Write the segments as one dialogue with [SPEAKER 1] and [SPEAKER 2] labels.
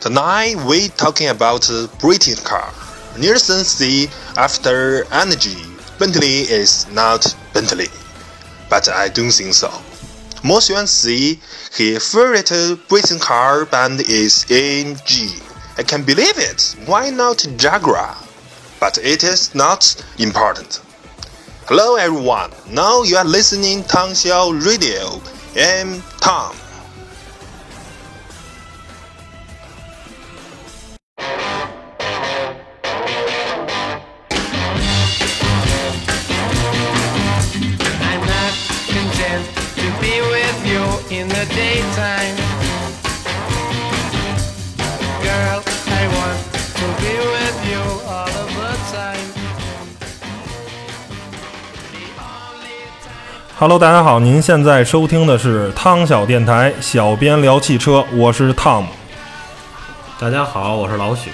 [SPEAKER 1] Tonight we talking about British car. Nielsen see after energy. Bentley is not Bentley, but I don't think so. Motion see his favorite British car brand is AMG. I can believe it. Why not Jaguar? But it is not important. Hello everyone. Now you are listening Tang Xiao Radio. I'm Tom.
[SPEAKER 2] Hello，大家好，您现在收听的是汤小电台，小编聊汽车，我是 Tom。
[SPEAKER 3] 大家好，我是老许。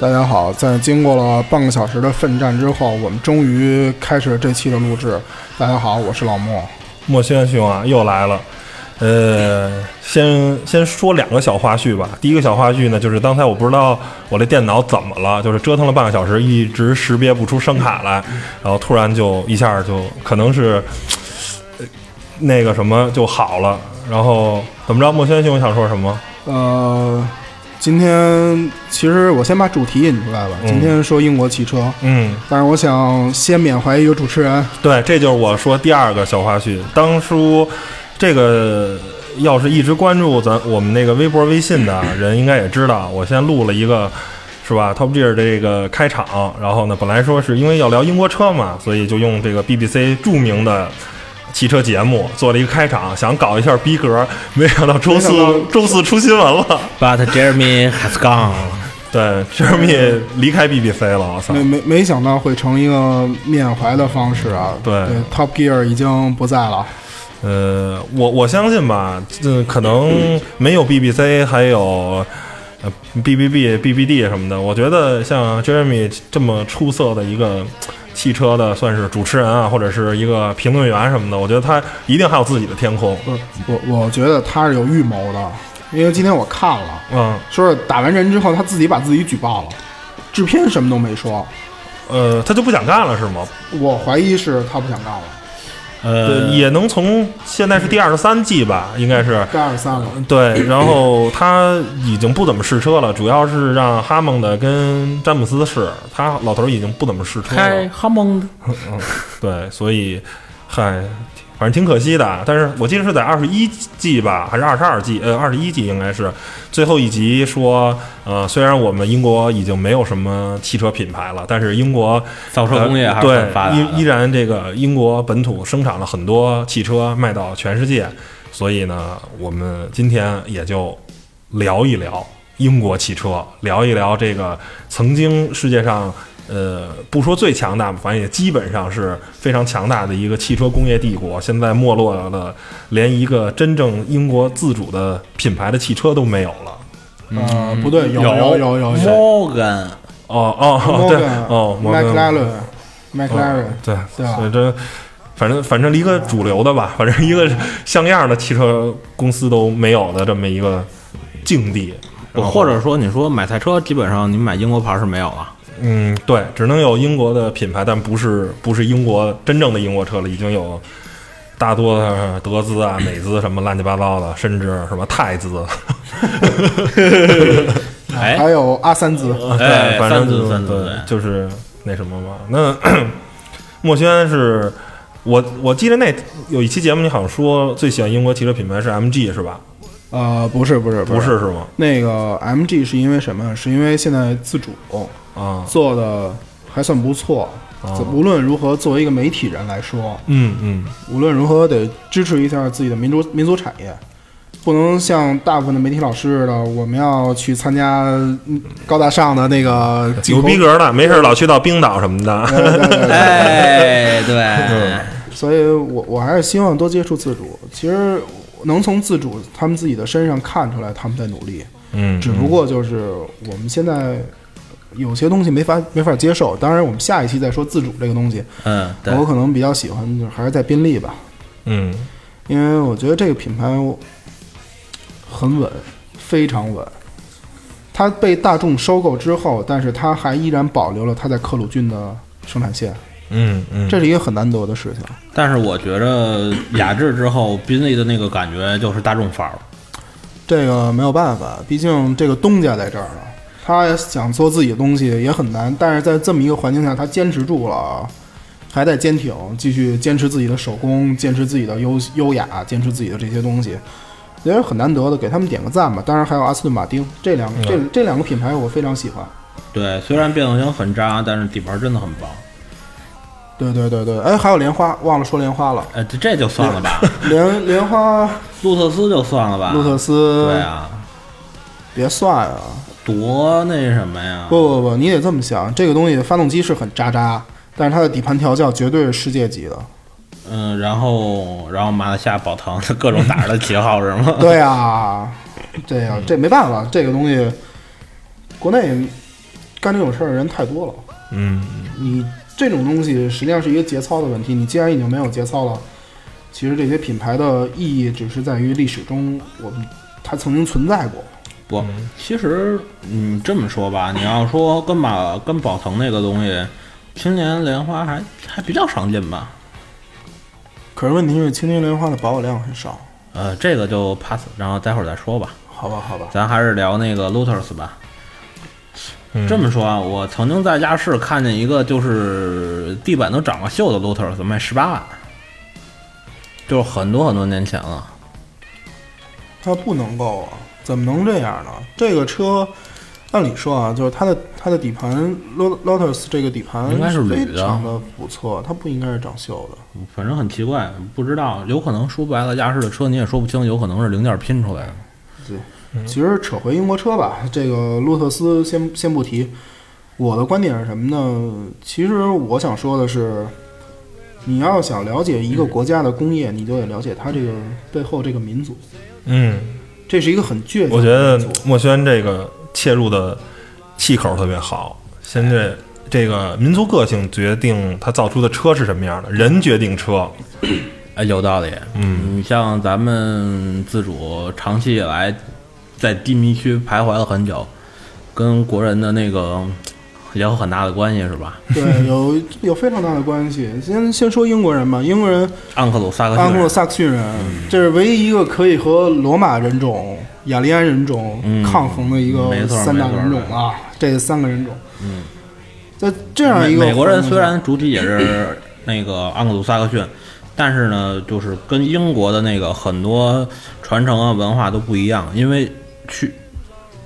[SPEAKER 4] 大家好，在经过了半个小时的奋战之后，我们终于开始这期的录制。大家好，我是老莫。
[SPEAKER 2] 莫轩兄啊，又来了。呃，先先说两个小花絮吧。第一个小花絮呢，就是刚才我不知道我这电脑怎么了，就是折腾了半个小时，一直识别不出声卡来，然后突然就一下就可能是。呃那个什么就好了，然后怎么着？莫轩兄想说什么？
[SPEAKER 4] 呃，今天其实我先把主题引出来吧。
[SPEAKER 2] 嗯
[SPEAKER 4] 今天说英国汽车，
[SPEAKER 2] 嗯，
[SPEAKER 4] 但是我想先缅怀一个主持人，
[SPEAKER 2] 对，这就是我说第二个小花絮。当初这个要是一直关注咱我们那个微博、微信的人，应该也知道，我先录了一个。是吧？Top Gear 这个开场，然后呢，本来说是因为要聊英国车嘛，所以就用这个 BBC 著名的汽车节目做了一个开场，想搞一下逼格，没想到周四
[SPEAKER 4] 没想到
[SPEAKER 2] 周四出新闻了。
[SPEAKER 3] But Jeremy has gone。
[SPEAKER 2] 对，Jeremy 离开 BBC 了，我操！
[SPEAKER 4] 没没没想到会成一个缅怀的方式啊。
[SPEAKER 2] 对
[SPEAKER 4] ，Top Gear 已经不在了。
[SPEAKER 2] 呃，我我相信吧，嗯，可能没有 BBC，还有呃 BBB、BBD 什么的。我觉得像 Jeremy 这么出色的一个汽车的，算是主持人啊，或者是一个评论员什么的，我觉得他一定还有自己的天空。
[SPEAKER 4] 不是，我我觉得他是有预谋的，因为今天我看了，
[SPEAKER 2] 嗯，
[SPEAKER 4] 说是打完人之后他自己把自己举报了，制片什么都没说，
[SPEAKER 2] 呃，他就不想干了是吗？
[SPEAKER 4] 我怀疑是他不想干了，
[SPEAKER 2] 呃，
[SPEAKER 3] 呃，
[SPEAKER 2] 也能从现在是第二十三季吧，应该是。
[SPEAKER 4] 该二三了。
[SPEAKER 2] 对，然后他已经不怎么试车了，主要是让哈蒙的跟詹姆斯试，他老头儿已经不怎么试车
[SPEAKER 3] 开
[SPEAKER 2] 了。
[SPEAKER 3] 哈蒙
[SPEAKER 2] 对，所以，嗨，反正挺可惜的。但是我记得是在二十一季吧，还是二十二季？呃，二十一季应该是最后一集说，呃，虽然我们英国已经没有什么汽车品牌了，但是英国
[SPEAKER 3] 造车工业还是
[SPEAKER 2] 呃
[SPEAKER 3] 很发达
[SPEAKER 2] 对依依
[SPEAKER 3] 的。
[SPEAKER 2] 然这个英国本土生产了很多汽车卖到全世界，所以呢，我们今天也就聊一聊英国汽车，聊一聊这个曾经世界上呃不说最强大吧，反正也基本上是非常强大的一个汽车工业帝国，现在没落了，连一个真正英国自主的品牌的汽车都没有了。
[SPEAKER 4] 呃，不对，有
[SPEAKER 2] 嗯有
[SPEAKER 4] 有有有有
[SPEAKER 3] Morgan
[SPEAKER 2] 哦哦，对哦，摩根
[SPEAKER 4] ，McLaren，McLaren，
[SPEAKER 2] 对
[SPEAKER 4] 对吧
[SPEAKER 2] 所以这反正反正一个主流的吧，反正一个像样的汽车公司都没有的这么一个境地，然后
[SPEAKER 3] 或者说你说买菜车，基本上你买英国牌是没有了。
[SPEAKER 2] 嗯，对，只能有英国的品牌，但不是不是英国真正的英国车了，已经有。大多的德资啊、美资什么乱七八糟的，甚至什么泰资，啊
[SPEAKER 3] 哎
[SPEAKER 4] 还有阿三子，
[SPEAKER 2] 对，
[SPEAKER 3] 哎
[SPEAKER 2] 反正就
[SPEAKER 3] 三资三资
[SPEAKER 2] 对，就是那什么嘛。那 墨轩是我我记得那有一期节目，你好像说最喜欢英国汽车品牌是 MG 是吧？
[SPEAKER 4] 呃，不是不是
[SPEAKER 2] 不是是吗？
[SPEAKER 4] 那个 MG 是因为什么呀？是因为现在自主
[SPEAKER 2] 啊，
[SPEAKER 4] 做的还算不错
[SPEAKER 2] 哦。
[SPEAKER 4] 无论如何，作为一个媒体人来说，
[SPEAKER 2] 嗯嗯，
[SPEAKER 4] 无论如何得支持一下自己的民族民族产业，不能像大部分的媒体老师似的，我们要去参加嗯高大上的那个进
[SPEAKER 2] 有
[SPEAKER 4] 口
[SPEAKER 2] 逼格的，没事儿老去到冰岛什么的。
[SPEAKER 4] 对 对对对
[SPEAKER 3] 哎，对，
[SPEAKER 4] 所以我我还是希望多接触自主。其实能从自主他们自己的身上看出来他们在努力，
[SPEAKER 2] 嗯，
[SPEAKER 4] 只不过就是我们现在有些东西没法没法接受。当然，我们下一期再说自主这个东西。
[SPEAKER 3] 嗯，对，
[SPEAKER 4] 我可能比较喜欢就是还是在宾利吧，
[SPEAKER 2] 嗯，
[SPEAKER 4] 因为我觉得这个品牌我很稳，非常稳。它被大众收购之后，但是它还依然保留了它在克鲁郡的生产线，
[SPEAKER 2] 嗯嗯，
[SPEAKER 4] 这是一个很难得的事情。
[SPEAKER 3] 但是我觉着雅致之后，宾利的那个感觉就是大众范儿了。
[SPEAKER 4] 这个没有办法，毕竟这个东家在这儿了，他想做自己的东西也很难。但是在这么一个环境下，他坚持住了，还在坚挺，继续坚持自己的手工，坚持自己的优优雅，坚持自己的这些东西，也是很难得的，给他们点个赞吧。当然还有阿斯顿马丁这两个、这这两个品牌，我非常喜欢。
[SPEAKER 3] 对，虽然变速箱很渣，但是底盘真的很棒。
[SPEAKER 4] 对对对对，哎，还有莲花，忘了说莲花了，
[SPEAKER 3] 哎，这这就算了吧，
[SPEAKER 4] 莲莲花
[SPEAKER 3] 路特斯就算了吧，
[SPEAKER 4] 路特斯，
[SPEAKER 3] 对啊，
[SPEAKER 4] 别算啊！
[SPEAKER 3] 多那什么呀？
[SPEAKER 4] 不不不，你得这么想，这个东西发动机是很渣渣，但是它的底盘调教绝对是世界级 的。
[SPEAKER 3] 嗯，然后然后马来西亚宝腾的各种打着的旗号是 吗？
[SPEAKER 4] 对啊，对啊，这没办法，这个东西，国内干这种事儿的人太多了。
[SPEAKER 2] 嗯，
[SPEAKER 4] 你这种东西实际上是一个节操的问题。你既然已经没有节操了，其实这些品牌的意义只是在于历史中我们它曾经存在过。
[SPEAKER 3] 不，其实嗯这么说吧，你要说跟马跟宝腾那个东西，青年莲花还还比较常见吧？
[SPEAKER 4] 可是问题是，青青莲花的保有量很少。
[SPEAKER 3] 呃，这个就 pass，然后待会儿再说吧。
[SPEAKER 4] 好吧，好吧，
[SPEAKER 3] 咱还是聊那个 Lotus 吧。
[SPEAKER 2] 嗯
[SPEAKER 3] 这么说啊，我曾经在亚市看见一个就是地板都长了锈的 Lotus，卖十八万，就是很多很多年前了。
[SPEAKER 4] 它不能够啊，怎么能这样呢？这个车，按理说啊，就是它的它的底盘，Lo- Lotus 这个底盘
[SPEAKER 3] 应该是铝的
[SPEAKER 4] 非常的不错，它不应该是长锈的。
[SPEAKER 3] 反正很奇怪，不知道，有可能说白了，亚市的车你也说不清，有可能是零件拼出来的。嗯
[SPEAKER 4] 其实扯回英国车吧，这个路特斯先先不提。我的观点是什么呢？其实我想说的是，你要想了解一个国家的工业，你就得了解它这个嗯背后这个民族，
[SPEAKER 2] 嗯，
[SPEAKER 4] 这是一个很倔强的民族。
[SPEAKER 2] 我觉得墨轩这个切入的气口特别好。现在这个民族个性决定他造出的车是什么样的，人决定车。
[SPEAKER 3] 哎，有道理。嗯，你像咱们自主长期以来在低迷区徘徊了很久，跟国人的那个也有很大的关系，是吧？
[SPEAKER 4] 对，有有非常大的关系。先先说英国人吧，英国人
[SPEAKER 3] 安克鲁萨克逊
[SPEAKER 4] 安
[SPEAKER 3] 人，
[SPEAKER 4] 克萨克逊人，
[SPEAKER 3] 嗯
[SPEAKER 4] 这是唯一一个可以和罗马人种、雅利安人种
[SPEAKER 3] 嗯
[SPEAKER 4] 抗衡的一个
[SPEAKER 3] 没错
[SPEAKER 4] 三大
[SPEAKER 3] 没错
[SPEAKER 4] 人种啊，这三个人种。嗯，在这样
[SPEAKER 3] 美
[SPEAKER 4] 一个
[SPEAKER 3] 美国人虽
[SPEAKER 4] 环
[SPEAKER 3] 然主体也是那个安克鲁萨克逊，但是呢，就是跟英国的那个很多传承啊文化都不一样，因为去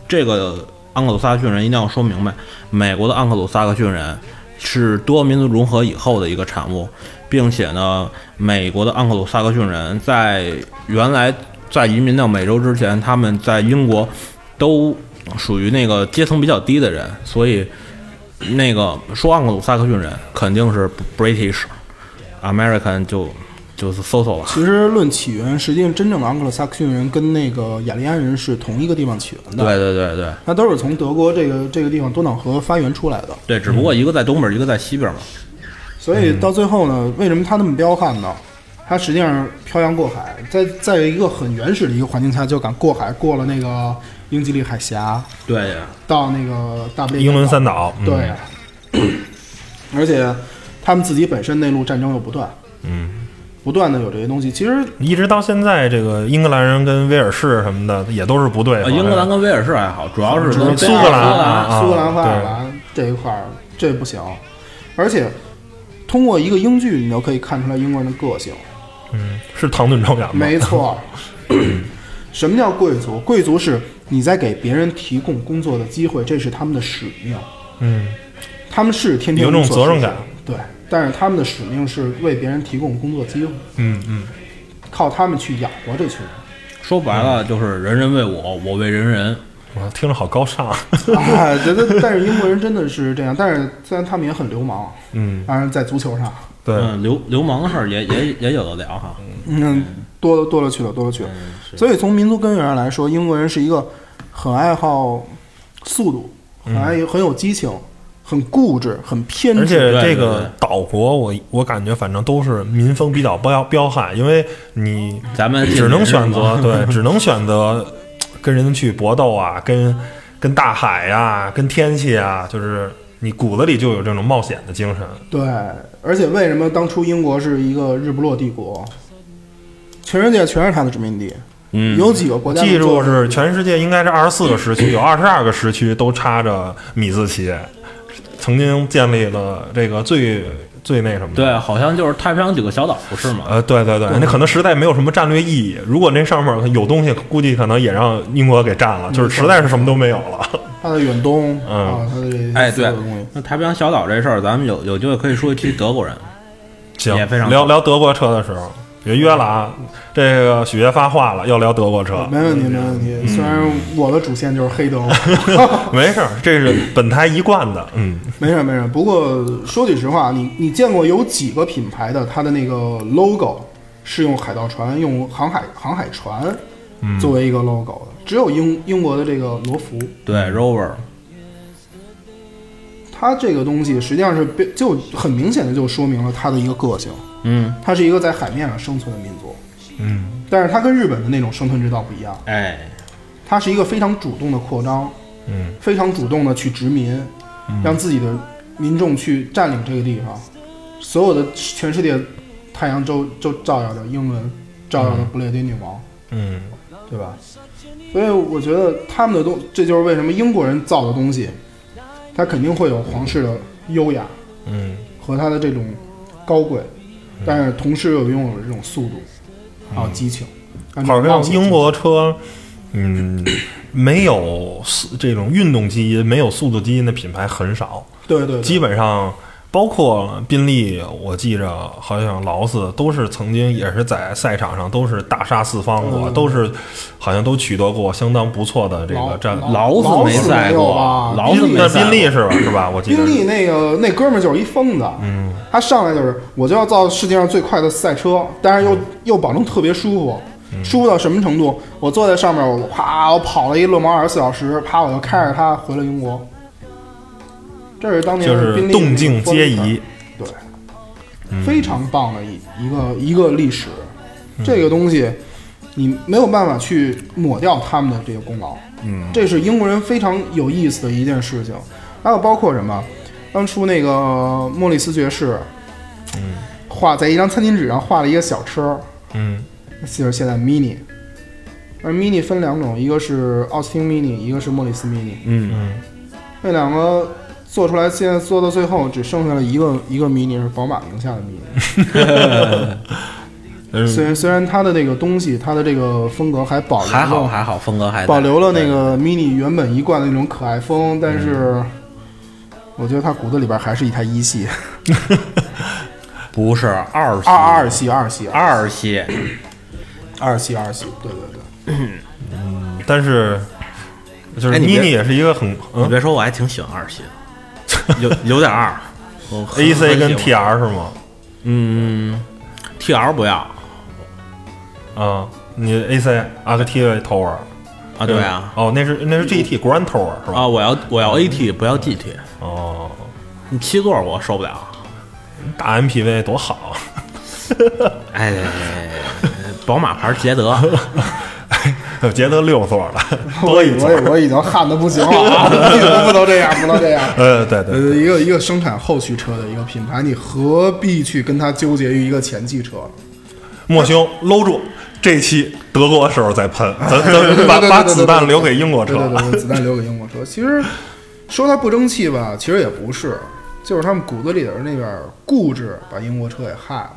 [SPEAKER 3] 这个安克鲁萨克逊人一定要说明白，美国的安克鲁萨克逊人是多民族融合以后的一个产物，并且呢，美国的安克鲁萨克逊人在原来在移民到美洲之前，他们在英国都属于那个阶层比较低的人，所以。那个说盎格鲁撒克逊人肯定是 British American 就就是搜搜了。
[SPEAKER 4] 境下，其实论起源，实际上真正的安克萨克逊人跟那个雅利安人是同一个地方起源
[SPEAKER 3] 对
[SPEAKER 4] 的，
[SPEAKER 3] 对对对
[SPEAKER 4] 那都是从德国这个这个地方多瑙河发源出来的。
[SPEAKER 3] 对，只不过一个在东边，一个在西边嘛。
[SPEAKER 4] 所以到最后呢，为什么他那么彪悍呢？他实际上漂洋过海，在在一个很原始的一个环境下就敢过海，过了那个英吉利海峡，
[SPEAKER 3] 对呀，
[SPEAKER 4] 到那个大不列颠岛
[SPEAKER 2] 英伦三岛，嗯、
[SPEAKER 4] 对，而且他们自己本身内陆战争又不断，
[SPEAKER 2] 嗯，
[SPEAKER 4] 不断的有这些东西。其实
[SPEAKER 2] 一直到现在，这个英格兰人跟威尔士什么的也都是不对
[SPEAKER 3] 呃
[SPEAKER 2] 付的。
[SPEAKER 3] 英格兰跟威尔士还好，主要是
[SPEAKER 4] 只能
[SPEAKER 3] 跟
[SPEAKER 4] 苏
[SPEAKER 2] 格兰
[SPEAKER 3] 苏格
[SPEAKER 2] 啊
[SPEAKER 4] 苏格兰、
[SPEAKER 2] 对
[SPEAKER 4] 爱尔兰这一块儿这不行，而且通过一个英剧，你就可以看出来英国人的个性。
[SPEAKER 2] 嗯是唐顿庄园吗？
[SPEAKER 4] 没错， 什么叫贵族？贵族是你在给别人提供工作的机会，这是他们的使命。
[SPEAKER 2] 嗯，
[SPEAKER 4] 他们是天天
[SPEAKER 2] 有种
[SPEAKER 4] 无所事
[SPEAKER 2] 责任感
[SPEAKER 4] 事，对，但是他们的使命是为别人提供工作机会，
[SPEAKER 2] 嗯嗯，
[SPEAKER 4] 靠他们去养活这 群人。
[SPEAKER 3] 说白了就是人人为我，我为人人。
[SPEAKER 2] 我听着好高 尚。
[SPEAKER 4] 啊，觉得但是英国人真的是这样，但是虽然他们也很流氓，
[SPEAKER 2] 嗯，
[SPEAKER 4] 当然在足球上，
[SPEAKER 2] 对，
[SPEAKER 3] 嗯，流流氓的事儿也也也有的聊哈。
[SPEAKER 4] 嗯，多了多了去了，多了去了。
[SPEAKER 2] 嗯
[SPEAKER 4] 所以从民族根源上来说，英国人是一个很爱好速度，很爱、很有激情，很固执，很偏
[SPEAKER 2] 嗯而
[SPEAKER 4] 执。
[SPEAKER 2] 且
[SPEAKER 3] 对
[SPEAKER 2] 这
[SPEAKER 3] 对
[SPEAKER 2] 个岛国我，我感觉反正都是民风比较彪彪悍，因为你
[SPEAKER 3] 咱们
[SPEAKER 2] 只能选择
[SPEAKER 3] 进
[SPEAKER 2] 对，只能选择跟人去搏斗啊，跟跟大海呀、跟天气啊，就是你骨子里就有这种冒险的精神。
[SPEAKER 4] 对，而且为什么当初英国是一个日不落帝国？全世界全是它的殖民地，
[SPEAKER 3] 嗯，
[SPEAKER 4] 有几个国家能
[SPEAKER 2] 记住
[SPEAKER 4] 做
[SPEAKER 2] 是全世界应该是二十四个时区，有二十二个时区都插着米字旗，曾经建立了这个最最那什么的。
[SPEAKER 3] 对，好像就是太平洋几个小岛不是吗？
[SPEAKER 2] 呃，对对对，那可能实在没有什么战略意义。如果那上面有东西，估计可能也让英国给占了，就是实在是什么都没有了。
[SPEAKER 4] 它的远东、
[SPEAKER 2] 嗯
[SPEAKER 4] 啊，它的这
[SPEAKER 3] 哎，
[SPEAKER 4] 所有
[SPEAKER 3] 对
[SPEAKER 4] 的东西，
[SPEAKER 3] 那太平洋小岛这事儿，咱们有有机会可以说一期德国人。
[SPEAKER 2] 行
[SPEAKER 3] 也非，常
[SPEAKER 2] 聊聊德国车的时候也约了啊，这个许爷发话了，要聊德国车，
[SPEAKER 4] 没问题，没问
[SPEAKER 2] 嗯
[SPEAKER 4] 题。虽然我的主线就是 黑灯，
[SPEAKER 2] 没事儿，这是本台一贯的，嗯，
[SPEAKER 4] 没事没事。不过说句实话，你你见过有几个品牌的它的那个 logo 是用海盗船、用航海航海船作为一个 logo 的？只有英英国的这个罗孚，
[SPEAKER 3] 对，Rover，
[SPEAKER 4] 它这个东西实际上是被就很明显的就说明了它的一个个性，
[SPEAKER 3] 嗯，
[SPEAKER 4] 它是一个在海面上生存的民族。
[SPEAKER 2] 嗯，
[SPEAKER 4] 但是它跟日本的那种生存之道不一样，
[SPEAKER 3] 哎，
[SPEAKER 4] 它是一个非常主动的扩张，
[SPEAKER 2] 嗯，
[SPEAKER 4] 非常主动的去殖民，让自己的民众去占领这个地方，所有的全世界太阳都都照耀着英文，照耀着不列颠女王，
[SPEAKER 2] 嗯，
[SPEAKER 4] 对吧？所以我觉得他们的东，这就是为什么英国人造的东西，它肯定会有皇室的优雅
[SPEAKER 2] 嗯，
[SPEAKER 4] 和它的这种高贵，但是同时又拥有这种速度，还有激情。还
[SPEAKER 2] 嗯好
[SPEAKER 4] 有这种
[SPEAKER 2] 像
[SPEAKER 4] 冒险
[SPEAKER 2] 英
[SPEAKER 4] 精
[SPEAKER 2] 国车，嗯，没有速这种运动基因、没有速度基因的品牌很少，
[SPEAKER 4] 神对对对
[SPEAKER 2] 基本上包括嗯宾利，我记着好像劳斯都是曾经也是在赛场上都是大杀四方过，
[SPEAKER 4] 嗯
[SPEAKER 2] 都是好像都取得过相当不错的这
[SPEAKER 4] 劳
[SPEAKER 2] 个战。
[SPEAKER 3] 劳斯
[SPEAKER 4] 劳
[SPEAKER 3] 没
[SPEAKER 4] 斯
[SPEAKER 3] 赛
[SPEAKER 4] 没有
[SPEAKER 3] 过
[SPEAKER 4] 吧，
[SPEAKER 3] 劳斯
[SPEAKER 2] 宾
[SPEAKER 3] 没
[SPEAKER 2] 那
[SPEAKER 3] 赛
[SPEAKER 2] 宾
[SPEAKER 3] 过
[SPEAKER 2] 利是吧？是吧？我记得
[SPEAKER 4] 宾利那个那哥们儿就是一疯子，嗯，他上来就是我就要造世界上最快的赛车，但
[SPEAKER 2] 嗯
[SPEAKER 4] 是又、又保证特别舒服，舒服到什么程度？我坐在上面，我啪，我跑了一勒芒二十四小时，啪，我就开着它回了英国。这是当年
[SPEAKER 2] 就是
[SPEAKER 4] 宾利
[SPEAKER 2] 动静皆
[SPEAKER 4] 那个
[SPEAKER 2] 宜。嗯
[SPEAKER 4] 对，非常棒的一一个一个历史，
[SPEAKER 2] 嗯
[SPEAKER 4] 这个东西你没有办法去抹掉他们的这个功劳，嗯，这是英国人非常有意思的一件事情。还有包括什么，当初那个莫里斯爵士，嗯，画在一张餐巾纸上画了一个小车，
[SPEAKER 2] 嗯
[SPEAKER 4] 就是现在 mini。而 mini 分两种，一个是奥斯汀 mini，一个是莫里斯 mini。
[SPEAKER 3] 嗯，
[SPEAKER 2] 嗯
[SPEAKER 4] 那两个做出来，现在做到最后只剩下了一个一个 mini 是宝马名下的 mini。
[SPEAKER 2] 嗯，
[SPEAKER 4] 虽然虽然它的这个东西，它的这个风格还保留
[SPEAKER 3] 还好
[SPEAKER 4] 了
[SPEAKER 3] 还好，风格
[SPEAKER 2] 哎
[SPEAKER 3] 还在
[SPEAKER 4] 保留了那个 mini 原本一贯的那种可爱风，但是
[SPEAKER 2] 嗯
[SPEAKER 4] 我觉得它骨子里边还是一台一系
[SPEAKER 3] 不是二系
[SPEAKER 2] 嗯
[SPEAKER 4] 二二系二系二
[SPEAKER 3] 二系，
[SPEAKER 4] 二系二系，对对对，
[SPEAKER 2] 但是就是
[SPEAKER 3] 哎你
[SPEAKER 2] 妮
[SPEAKER 3] 别
[SPEAKER 2] 妮也是一个很
[SPEAKER 3] 你
[SPEAKER 2] 嗯
[SPEAKER 3] 别说，我还挺喜欢二系的，有有点二。我很
[SPEAKER 2] A C 跟
[SPEAKER 3] 很喜欢
[SPEAKER 2] T R 是吗？
[SPEAKER 3] 嗯，T R 不要啊？
[SPEAKER 2] 啊，你 A C 阿克 T V Tower
[SPEAKER 3] 对啊，，
[SPEAKER 2] 哦，那是那是 G T Grand Tower 是吧？
[SPEAKER 3] 啊，我要我要 A T 不要 G T，
[SPEAKER 2] 嗯哦，
[SPEAKER 3] 你七座我受不了。
[SPEAKER 2] 大 M P V 多好。啊
[SPEAKER 3] 哎，宝马牌捷德，
[SPEAKER 2] 捷德六座了，多
[SPEAKER 4] 我
[SPEAKER 2] 一
[SPEAKER 4] 已
[SPEAKER 2] 座
[SPEAKER 4] 我。已我已经汗的不行了 啊，不能这样，不能这样。
[SPEAKER 2] 呃，对
[SPEAKER 4] 呃
[SPEAKER 2] 对，，
[SPEAKER 4] 一个一个生产后驱车的一个品牌，你何必去跟它纠结于一个前汽车？
[SPEAKER 2] 莫兄搂住，这期德国时候再喷，咱咱把把子弹留给英国
[SPEAKER 4] 对
[SPEAKER 2] 车。
[SPEAKER 4] 对对对，子弹留给英国车。其实说他不争气吧，其实也不是，就是他们骨子里的那点儿固执，把英国车给害了。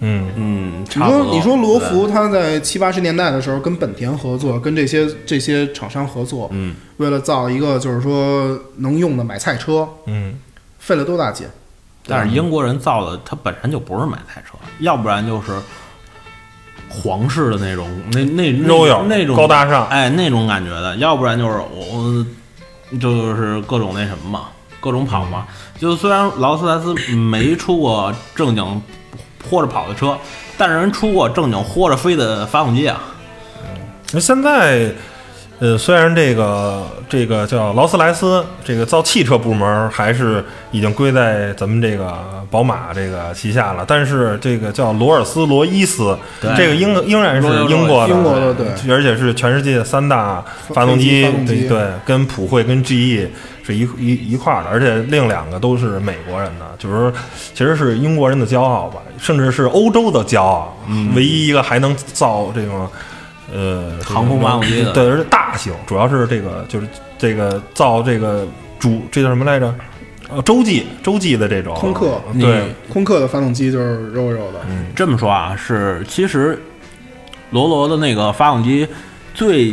[SPEAKER 2] 嗯，
[SPEAKER 3] 嗯，
[SPEAKER 4] 你
[SPEAKER 3] 差不
[SPEAKER 4] 说
[SPEAKER 3] 多。
[SPEAKER 4] 你说罗
[SPEAKER 3] 对，
[SPEAKER 4] 孚他在七八十年代的时候跟本田合作，跟这些这些厂商合作，
[SPEAKER 3] 嗯，
[SPEAKER 4] 为了造一个就是说能用的买菜车，
[SPEAKER 2] 嗯，
[SPEAKER 4] 费了多大劲？
[SPEAKER 3] 但是英国人造的，它本身就不是买菜车，要不然就是皇室的那种那那那
[SPEAKER 2] Royal，
[SPEAKER 3] 那种
[SPEAKER 2] 高大上
[SPEAKER 3] 哎那种感觉的，要不然就是我就是各种那什么嘛，各种跑嘛。就虽然劳斯莱斯没出过正经豁着跑的车，但是人出过正经豁着飞的发动机啊。
[SPEAKER 2] 那现在呃，虽然这个这个叫劳斯莱斯这个造汽车部门还是已经归在咱们这个宝马这个旗下了，但是这个叫罗尔斯罗伊斯，这个应应然是英国的，
[SPEAKER 4] 英国的对
[SPEAKER 2] 而且是全世界三大发动
[SPEAKER 4] 飞
[SPEAKER 2] 机
[SPEAKER 4] 机发动
[SPEAKER 2] 对
[SPEAKER 4] 机
[SPEAKER 2] 对，跟普惠跟 GE 是一一一块儿的，而且另两个都是美国人的，就是说其实是英国人的骄傲吧，甚至是欧洲的骄傲，唯一一个还能造这种呃这个
[SPEAKER 3] 航空发动机的
[SPEAKER 2] 对，而且大型，主要是这个就是这个造这个主这叫什么来着？呃，洲际洲际的这种
[SPEAKER 4] 空客
[SPEAKER 2] 对
[SPEAKER 3] 你
[SPEAKER 4] 空客的发动机就是肉肉的，
[SPEAKER 3] 这么说啊，是其实罗罗的那个发动机最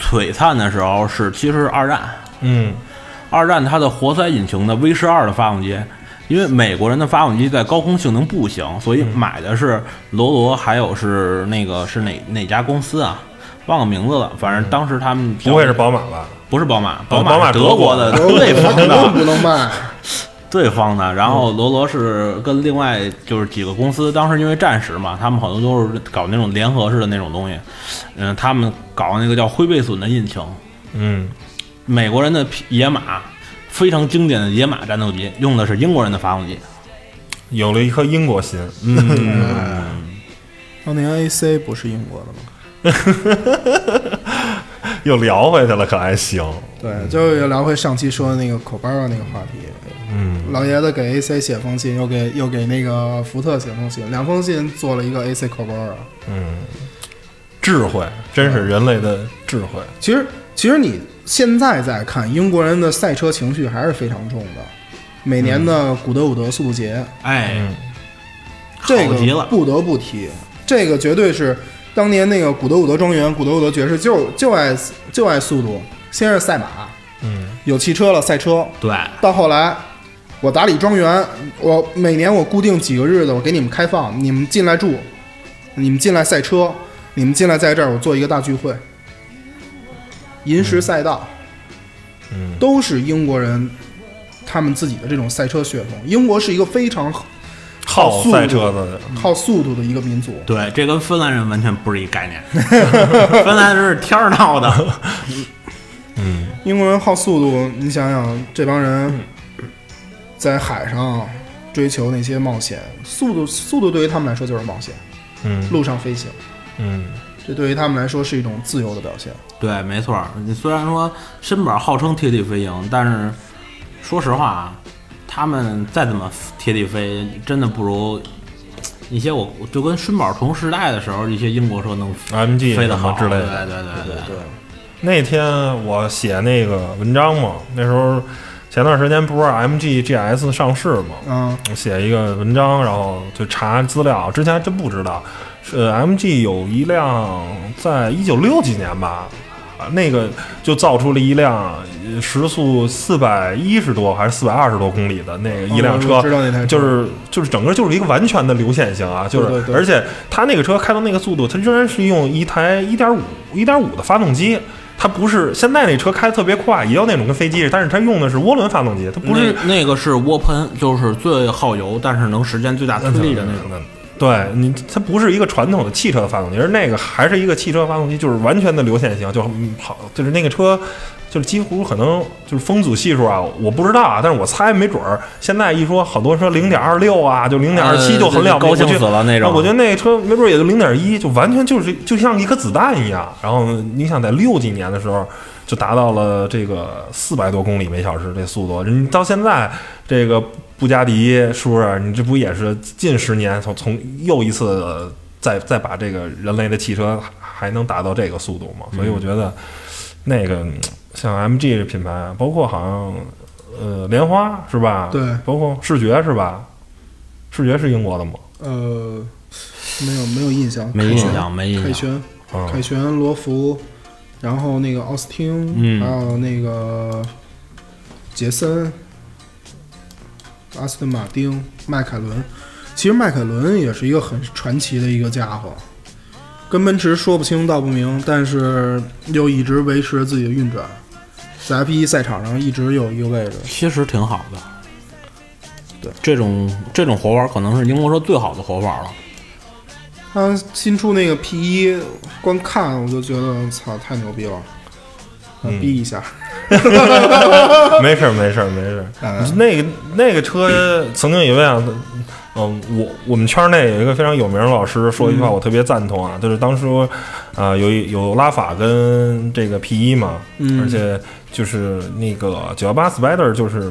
[SPEAKER 3] 璀璨的时候是其实是二战，
[SPEAKER 2] 嗯
[SPEAKER 3] 二战它的活塞引擎的 V 十二的发动机，因为美国人的发动机在高空性能不行，所以买的是罗罗，还有是那个是哪哪家公司啊？忘了名字了，反正当时他们
[SPEAKER 2] 不会是宝马吧？
[SPEAKER 3] 不是宝马，
[SPEAKER 2] 哦
[SPEAKER 3] 马
[SPEAKER 2] 宝马
[SPEAKER 3] 是
[SPEAKER 2] 德
[SPEAKER 3] 德
[SPEAKER 2] 国
[SPEAKER 3] 国的
[SPEAKER 4] 德国
[SPEAKER 3] 对
[SPEAKER 4] 它
[SPEAKER 3] 方
[SPEAKER 4] 肯定
[SPEAKER 3] 的
[SPEAKER 4] 不能卖，
[SPEAKER 3] 对方的，然后罗罗是跟另外就是几个公司，当时因为战时嘛，他们好多都是搞那种联合式的那种东西，嗯，他们搞那个叫灰背隼的引擎，
[SPEAKER 2] 嗯，
[SPEAKER 3] 美国人的皮野马，非常经典的野马战斗机，用的是英国人的发动机，
[SPEAKER 2] 有了一颗英国心，
[SPEAKER 4] 当年 AC 不是英国的吗？
[SPEAKER 2] 又聊回去了，可还行？
[SPEAKER 3] 嗯
[SPEAKER 4] 对，就又聊回上期说的那个口巴尔那个话题。
[SPEAKER 2] 嗯，
[SPEAKER 4] 老爷子给 AC 写封信，又给又给那个福特写封信，两封信做了一个 AC 口巴啊尔。
[SPEAKER 2] 智慧真是人类的智慧，
[SPEAKER 4] 其实，其实你现在再看英国人的赛车情绪还是非常重的。每年的古德伍德速度节，
[SPEAKER 3] 哎，
[SPEAKER 4] 嗯这
[SPEAKER 3] 好极
[SPEAKER 4] 个
[SPEAKER 3] 了
[SPEAKER 4] 不得不提，这个绝对是当年那个古德伍德庄园、古德伍德爵士就就爱就爱速度，先是赛马，
[SPEAKER 2] 嗯，
[SPEAKER 4] 有汽车了赛车，
[SPEAKER 3] 对，
[SPEAKER 4] 到后来，我打理庄园，我每年我固定几个日子，我给你们开放，你们进来住，你们进来赛车，你们进来在这儿，我做一个大聚会，银石赛道，
[SPEAKER 2] 嗯，
[SPEAKER 4] 都是英国人他们自己的这种赛车血统。英国是一个非常
[SPEAKER 2] 好
[SPEAKER 4] 速度
[SPEAKER 2] 赛车的
[SPEAKER 4] 靠速度的一个民族，
[SPEAKER 3] 对，这跟芬兰人完全不是一概念， 芬兰人是天儿闹的，
[SPEAKER 4] 英国人好速度，你想想这帮人
[SPEAKER 2] 嗯
[SPEAKER 4] 在海上追求那些冒险，速度速度对于他们来说就是冒险，
[SPEAKER 2] 嗯
[SPEAKER 4] 路上飞行。
[SPEAKER 2] 嗯，
[SPEAKER 4] 这对于他们来说是一种自由的表现。
[SPEAKER 3] 对，没错儿。你虽然说绅宝号称贴地飞行，但是说实话啊，他们再怎么贴地飞，真的不如一些我就跟绅宝同时代的时候，一些英国车能
[SPEAKER 2] MG
[SPEAKER 3] 飞得好
[SPEAKER 2] 什么之类的
[SPEAKER 3] 对对对对对，
[SPEAKER 2] 那天我写那个文章嘛，那时候前段时间不是 MG GS 上市嘛，
[SPEAKER 4] 嗯，
[SPEAKER 2] 我写一个文章，然后就查资料，之前还真不知道，是呃 MG 有一辆在一九六几年吧。啊那个就造出了一辆呃时速四百一十多还是四百二十多公里的那个一辆车，
[SPEAKER 4] 哦我知道那台车
[SPEAKER 2] 就是就是整个就是一个完全的流线型啊，就是
[SPEAKER 4] 对对对
[SPEAKER 2] 而且它那个车开到那个速度，它仍然是用一台一点五一点五的发动机。它不是现在那车开得特别快，也有那种跟飞机似的，但是它用的是涡轮发动机，它不是
[SPEAKER 3] 那那个是涡喷，就是最耗油，但是能实现
[SPEAKER 2] 嗯
[SPEAKER 3] 最大推力的那种。。嗯
[SPEAKER 2] 对你，它不是一个传统的汽车发动机，而那个还是一个汽车发动机，就是完全的流线型，就嗯好，就是那个车，就是几乎可能就是风阻系数啊，我不知道啊，但是我猜没准儿。现在一说好多说零点二六啊，就零点二七
[SPEAKER 3] 呃
[SPEAKER 2] 就很了不起，
[SPEAKER 3] 高兴死了那种
[SPEAKER 2] 我觉得那车没准儿也就零点一，就完全就是就像一颗子弹一样。然后你想在六几年的时候。就达到了这个四百多公里每小时这速度，人到现在这个布加迪是不是？你这不也是近十年从从又一次呃再再把这个人类的汽车还能达到这个速度吗？
[SPEAKER 3] 嗯
[SPEAKER 2] 所以我觉得那个嗯像 MG 这品牌，包括好像呃莲花是吧？
[SPEAKER 4] 对
[SPEAKER 2] 包括视觉是吧？视觉是英国的吗？
[SPEAKER 4] 呃，没有没有印象，
[SPEAKER 3] 没印象，没
[SPEAKER 4] 凯
[SPEAKER 3] 印象。
[SPEAKER 4] 旋，
[SPEAKER 2] 嗯
[SPEAKER 4] 凯旋、罗孚，然后那个奥斯汀，
[SPEAKER 3] 嗯
[SPEAKER 4] 还有那个杰森、阿斯顿马丁、迈凯伦。其实迈凯伦也是一个很传奇的一个家伙，跟奔驰说不清道不明，但是又一直维持着自己的运转，在 F 一赛场上一直有一个位置。
[SPEAKER 3] 其实挺好的。对，这种这种活法可能是英国车最好的活法了。
[SPEAKER 4] 他新出那个 P 一，光看我就觉得操太牛逼了。呃逼一下。
[SPEAKER 2] 没事儿，没事儿，没事儿。那个那个车曾经有一位啊，嗯，我我们圈内有一个非常有名的老师说一句话，我特别赞同啊，就是当初啊、有一有拉法跟这个 P 一嘛，而且就是那个九幺八 Spider 就是。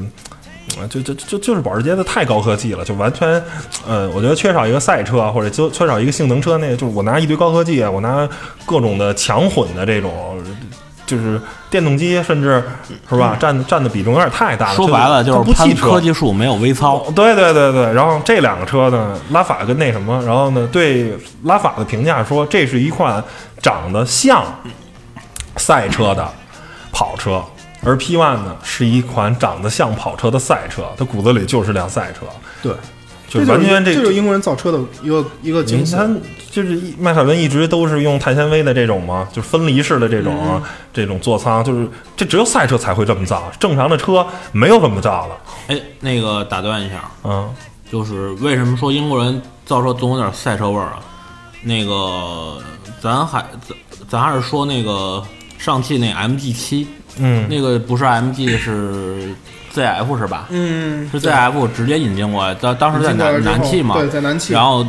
[SPEAKER 2] 呃就就就就是保时捷的太高科技了，就完全，呃，我觉得缺少一个赛车或者就缺少一个性能车，那个就是我拿一堆高科技，啊我拿各种的强混的这种，就是电动机，甚至是吧，占占的比重有点太大了。
[SPEAKER 3] 嗯说白了
[SPEAKER 2] 就
[SPEAKER 3] 就是
[SPEAKER 2] 不
[SPEAKER 3] 攀
[SPEAKER 2] 汽车哦
[SPEAKER 3] 科技树没有微操，
[SPEAKER 2] 对对对对，然后这两个车呢，拉法跟那什么，然后呢，对拉法的评价说，这是一款长得像赛车的跑车，而 P One 呢是一款长得像跑车的赛车，它骨子里就是辆赛车，
[SPEAKER 4] 对，
[SPEAKER 2] 就
[SPEAKER 4] 这
[SPEAKER 2] 是
[SPEAKER 4] 就
[SPEAKER 2] 完全
[SPEAKER 4] 这
[SPEAKER 2] 这
[SPEAKER 4] 就是英国人造车的一个一
[SPEAKER 3] 嗯
[SPEAKER 4] 个精
[SPEAKER 2] 它
[SPEAKER 4] 髓。
[SPEAKER 2] 就是一迈凯伦一直都是用碳纤维的这种嘛，就是分离式的这种、啊
[SPEAKER 3] 嗯
[SPEAKER 2] 这种座舱，就是这只有赛车才会这么造，正常的车没有这么造了。
[SPEAKER 3] 哎，那个打断一下，啊
[SPEAKER 2] 嗯，
[SPEAKER 3] 就是为什么说英国人造车总有点赛车味儿啊？那个，咱还咱咱还是说那个上汽那 MG 七，
[SPEAKER 2] 嗯
[SPEAKER 3] 那个不是 MG 是 ZF 是吧？
[SPEAKER 4] 嗯
[SPEAKER 3] 是 ZF 直接引进过来，当当时在
[SPEAKER 4] 引进过来
[SPEAKER 3] 南
[SPEAKER 4] 之后
[SPEAKER 3] 南汽嘛，
[SPEAKER 4] 对在南汽
[SPEAKER 3] 然后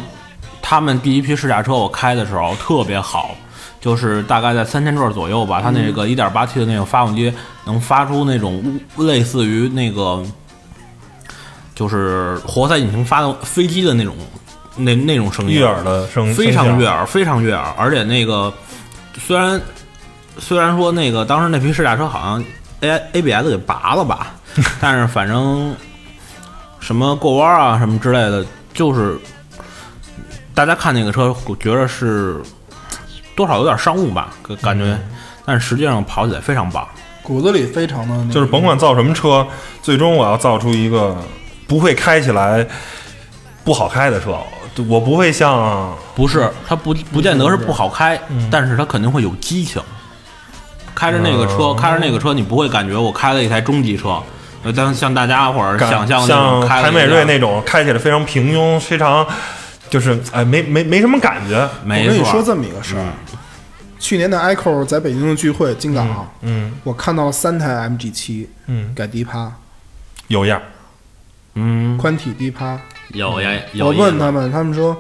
[SPEAKER 3] 他们第一批试驾车我开的时候特别好，就是大概在三千转左右吧，它那个一点八 T 的那个发动机能发出那种类似于那个就是活塞引擎发动飞机的那种那那种声音，
[SPEAKER 2] 悦耳的声
[SPEAKER 3] 嗯非
[SPEAKER 2] 声
[SPEAKER 3] 常
[SPEAKER 2] 响
[SPEAKER 3] 悦耳，非常悦耳。而且那个虽然虽然说那个当时那批试驾车好像 A A B S 给拔了吧，但是反正什么过弯啊什么之类的，就是大家看那个车，我觉得是多少有点商务吧，感感觉，但实际上跑起来非常棒。
[SPEAKER 4] 骨子里非常的那个
[SPEAKER 2] 就是甭管造什么车，最终我要造出一个不会开起来不好开的车。我不会像
[SPEAKER 3] 不是，
[SPEAKER 2] 嗯
[SPEAKER 3] 它不不见得是不好开，但是它肯定会有激情。开着那个车，
[SPEAKER 2] 哦
[SPEAKER 3] 开着那个车，你不会感觉我开了一台中级车，呃，但像大家或者
[SPEAKER 2] 感
[SPEAKER 3] 想象那
[SPEAKER 2] 像
[SPEAKER 3] 种开了
[SPEAKER 2] 凯
[SPEAKER 3] 一
[SPEAKER 2] 美
[SPEAKER 3] 辆
[SPEAKER 2] 瑞那种开起来非常平庸，非常就是哎没没没什么感觉。
[SPEAKER 3] 没
[SPEAKER 4] 我跟你说
[SPEAKER 3] 错，
[SPEAKER 4] 这么一个事儿，去年的 ICO 在北京的聚会，金港，
[SPEAKER 2] 嗯，
[SPEAKER 4] 我看到了三台 MG 七，
[SPEAKER 2] 嗯，
[SPEAKER 4] 改低趴，
[SPEAKER 2] 有样儿。
[SPEAKER 3] 嗯，
[SPEAKER 4] 宽体低趴。
[SPEAKER 3] 有呀，有
[SPEAKER 4] 我
[SPEAKER 2] 啊
[SPEAKER 3] 意思
[SPEAKER 4] 问他们，他们说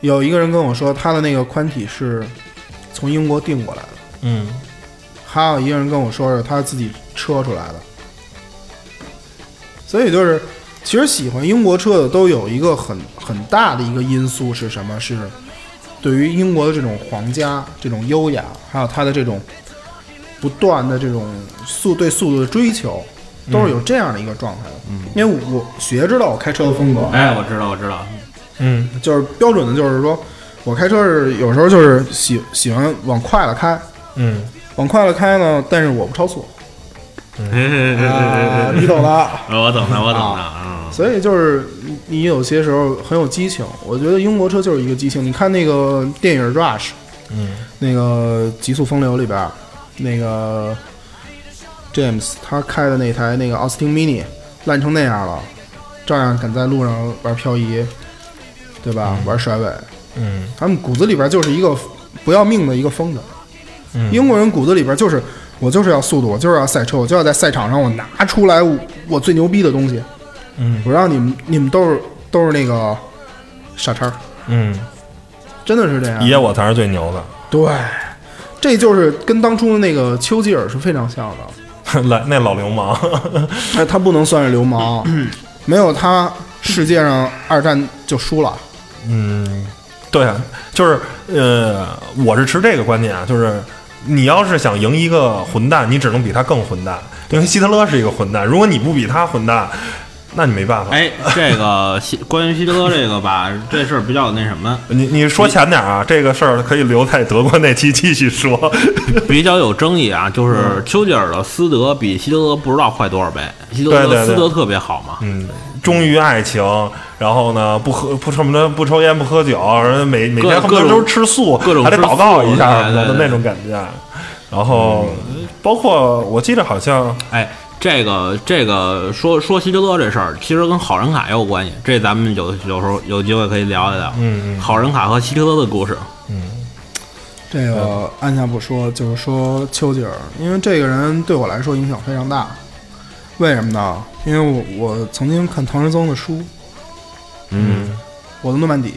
[SPEAKER 4] 有一个人跟我说，他的那个宽体是从英国订过来的，
[SPEAKER 2] 嗯，
[SPEAKER 4] 还有一个人跟我说是他自己车出来的。所以就是，其实喜欢英国车的都有一个很很大的一个因素是什么？是对于英国的这种皇家、这种优雅，还有它的这种不断的这种速对速度的追求，都是有这样的一个状态的。嗯、因为我学知道我开车的风格，
[SPEAKER 3] 哎，我知道，我知
[SPEAKER 4] 啊
[SPEAKER 3] 道，
[SPEAKER 2] 嗯，
[SPEAKER 4] 就是标准的，就是说我开车是有时候就是喜喜欢往快了开，
[SPEAKER 2] 嗯，
[SPEAKER 4] 往快了开呢，但是我不超速，啊、你懂的。
[SPEAKER 3] 我懂的，我懂的，嗯，
[SPEAKER 4] 所以就是你你有些时候很有激情，我觉得英国车就是一个激情。你看那个电影《Rush》，
[SPEAKER 2] 嗯，
[SPEAKER 4] 那个《极速风流》里边儿，那个 James 他开的那台那个奥斯汀 Mini 烂成那样了，照样敢在路上玩漂移，对吧？玩甩尾，
[SPEAKER 2] 嗯，
[SPEAKER 4] 他们骨子里边就是一个不要命的一个疯子。
[SPEAKER 2] 嗯
[SPEAKER 4] 英国人骨子里边就是我就是要速度，我就是要赛车，我就要在赛场上我拿出来我我最牛逼的东西。
[SPEAKER 2] 嗯，
[SPEAKER 4] 我让你们你们都是都是那个傻叉儿，
[SPEAKER 2] 嗯，
[SPEAKER 4] 真的是这样。
[SPEAKER 2] 爷我才是最牛的。
[SPEAKER 4] 对，这就是跟当初那个丘吉尔是非常像的。
[SPEAKER 2] 来，那老流氓，
[SPEAKER 4] 哎，他不能算是流氓，嗯没有他，世界上二战就输了。
[SPEAKER 2] 嗯，对啊，就是呃，我是持这个观点啊，就是你要是想赢一个混蛋，你只能比他更混蛋，因为希特勒是一个混蛋，如果你不比他混蛋，那你没办法。
[SPEAKER 3] 哎，这个希关于希特勒这个吧，这事儿比较那 什么，
[SPEAKER 2] 你你说前点啊，这个事儿可以留在德国那期继续说。
[SPEAKER 3] 比较有争议啊，
[SPEAKER 2] 嗯
[SPEAKER 3] 就是丘吉尔的斯德比希特勒不知道快多少倍，希特
[SPEAKER 2] 对对
[SPEAKER 3] 勒
[SPEAKER 2] 对
[SPEAKER 3] 斯德特别好嘛，
[SPEAKER 2] 嗯，忠于爱情，然后呢，不喝不什么的，不抽烟不喝酒，然后每每天恨
[SPEAKER 3] 各
[SPEAKER 2] 不得
[SPEAKER 3] 各种
[SPEAKER 2] 都是吃素，
[SPEAKER 3] 各种
[SPEAKER 2] 还得
[SPEAKER 3] 吃
[SPEAKER 2] 祷告一下什么的
[SPEAKER 3] 素对对对嗯
[SPEAKER 2] 那种感觉。然后，包括我记得好像
[SPEAKER 3] 哎，这个这个说说希特勒这事儿，其实跟好人卡也有关系。这咱们有有时候有机会可以聊一聊。
[SPEAKER 2] 嗯嗯
[SPEAKER 3] 好人卡和希特勒的故事。
[SPEAKER 4] 这个按下不说，就是说丘吉尔，因为这个人对我来说影响非常大。为什么呢？因为我我曾经看唐人宗的书，
[SPEAKER 3] 嗯
[SPEAKER 4] 我的诺曼底，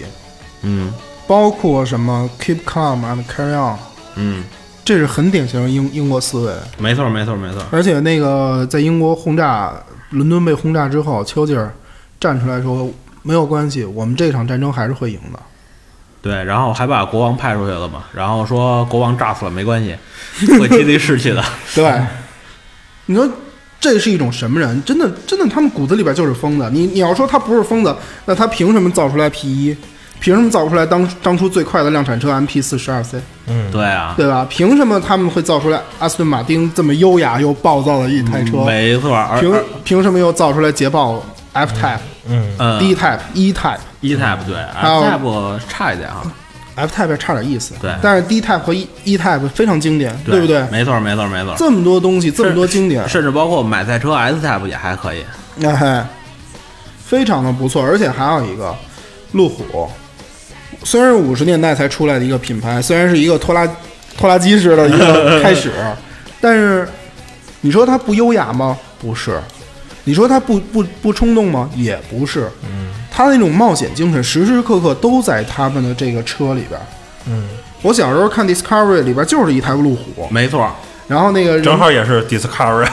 [SPEAKER 3] 嗯
[SPEAKER 4] 包括什么 Keep Calm and Carry On，
[SPEAKER 3] 嗯，
[SPEAKER 4] 这是很典型的英英国思维。
[SPEAKER 3] 没错没错没错，
[SPEAKER 4] 而且那个在英国轰炸伦敦被轰炸之后，丘吉尔站出来说没有关系，我们这场战争还是会赢的。
[SPEAKER 3] 对，然后还把国王派出去了嘛，然后说国王炸死了没关系，会接地士气 的。
[SPEAKER 4] 对，嗯你说这是一种什么人？真的，真的，他们骨子里边就是疯子。你你要说他不是疯子，那他凭什么造出来 P 一？凭什么造出来当当初最快的量产车 MP 四十二 C，
[SPEAKER 2] 嗯，
[SPEAKER 3] 对啊，
[SPEAKER 4] 对吧？凭什么他们会造出来阿斯顿马丁这么优雅又暴躁的一台车？
[SPEAKER 3] 嗯没错，而
[SPEAKER 4] 凭
[SPEAKER 3] 而
[SPEAKER 4] 凭什么又造出来捷豹 F Type、
[SPEAKER 2] 嗯，
[SPEAKER 3] 呃
[SPEAKER 4] D Type、E Type？
[SPEAKER 3] E type 对
[SPEAKER 4] 有
[SPEAKER 3] ，F type 差一点啊，
[SPEAKER 4] F Type 差点意思，
[SPEAKER 3] 对
[SPEAKER 4] 但是 D Type 和 E E Type 非常经典，对不对？
[SPEAKER 3] 没错没错没错，
[SPEAKER 4] 这么多东西，这么多经典，
[SPEAKER 3] 甚至包括买菜车 S type 也还可以。
[SPEAKER 4] 哎嘿，非常的不错。而且还有一个路虎，虽然是五十年代才出来的一个品牌，虽然是一个拖拉拖拉机式的一 个开始，但是你说它不优雅吗？不是。你说它不不不冲动吗？也不是。嗯，它那种冒险精神时时刻刻都在他们的这个车里边。
[SPEAKER 2] 嗯，
[SPEAKER 4] 我小时候看 Discovery 里边就是一台路虎，
[SPEAKER 3] 没错，
[SPEAKER 4] 然后那个人
[SPEAKER 2] 正好也是 Discovery，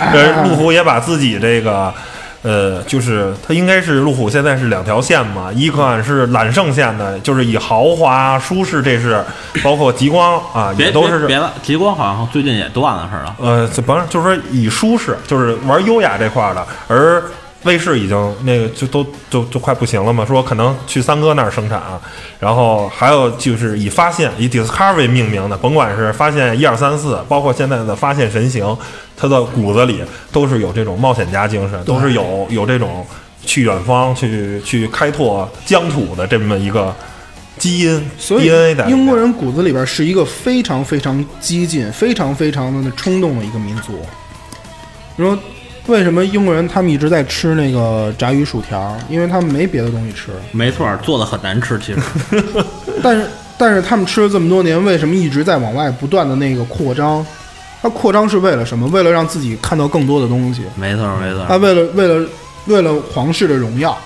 [SPEAKER 2] 呃，路虎也把自己这个。呃，就是它应该是路虎，现在是两条线嘛，一款是揽胜线的，就是以豪华、舒适这是，包括极光啊，也
[SPEAKER 3] 别
[SPEAKER 2] 都
[SPEAKER 3] 别
[SPEAKER 2] 是
[SPEAKER 3] 别了，极光好像最近也断了似的。
[SPEAKER 2] 呃，这甭就是说以舒适，就是玩优雅这块儿的，而卫士已经那个就都就就快不行了嘛，说可能去三哥那儿生产啊，然后还有就是以发现以 Discovery 命名的，甭管是发现一二三四，包括现在的发现神行，它的骨子里都是有这种冒险家精神，都是有有这种去远方去去开拓疆土的这么一个基因
[SPEAKER 4] 所以
[SPEAKER 2] DNA 的
[SPEAKER 4] 英国人骨子里边是一个非常非常激进、非常非常的冲动的一个民族。你说为什么英国人他们一直在吃那个炸鱼薯条？因为他们没别的东西吃。
[SPEAKER 3] 没错，做的很难吃，其实
[SPEAKER 4] 但是但是他们吃了这么多年，为什么一直在往外不断的那个扩张？他扩张是为了什么？为了让自己看到更多的东西。
[SPEAKER 3] 没错没
[SPEAKER 4] 他
[SPEAKER 3] 错，
[SPEAKER 4] 为了为了为了皇室的荣耀，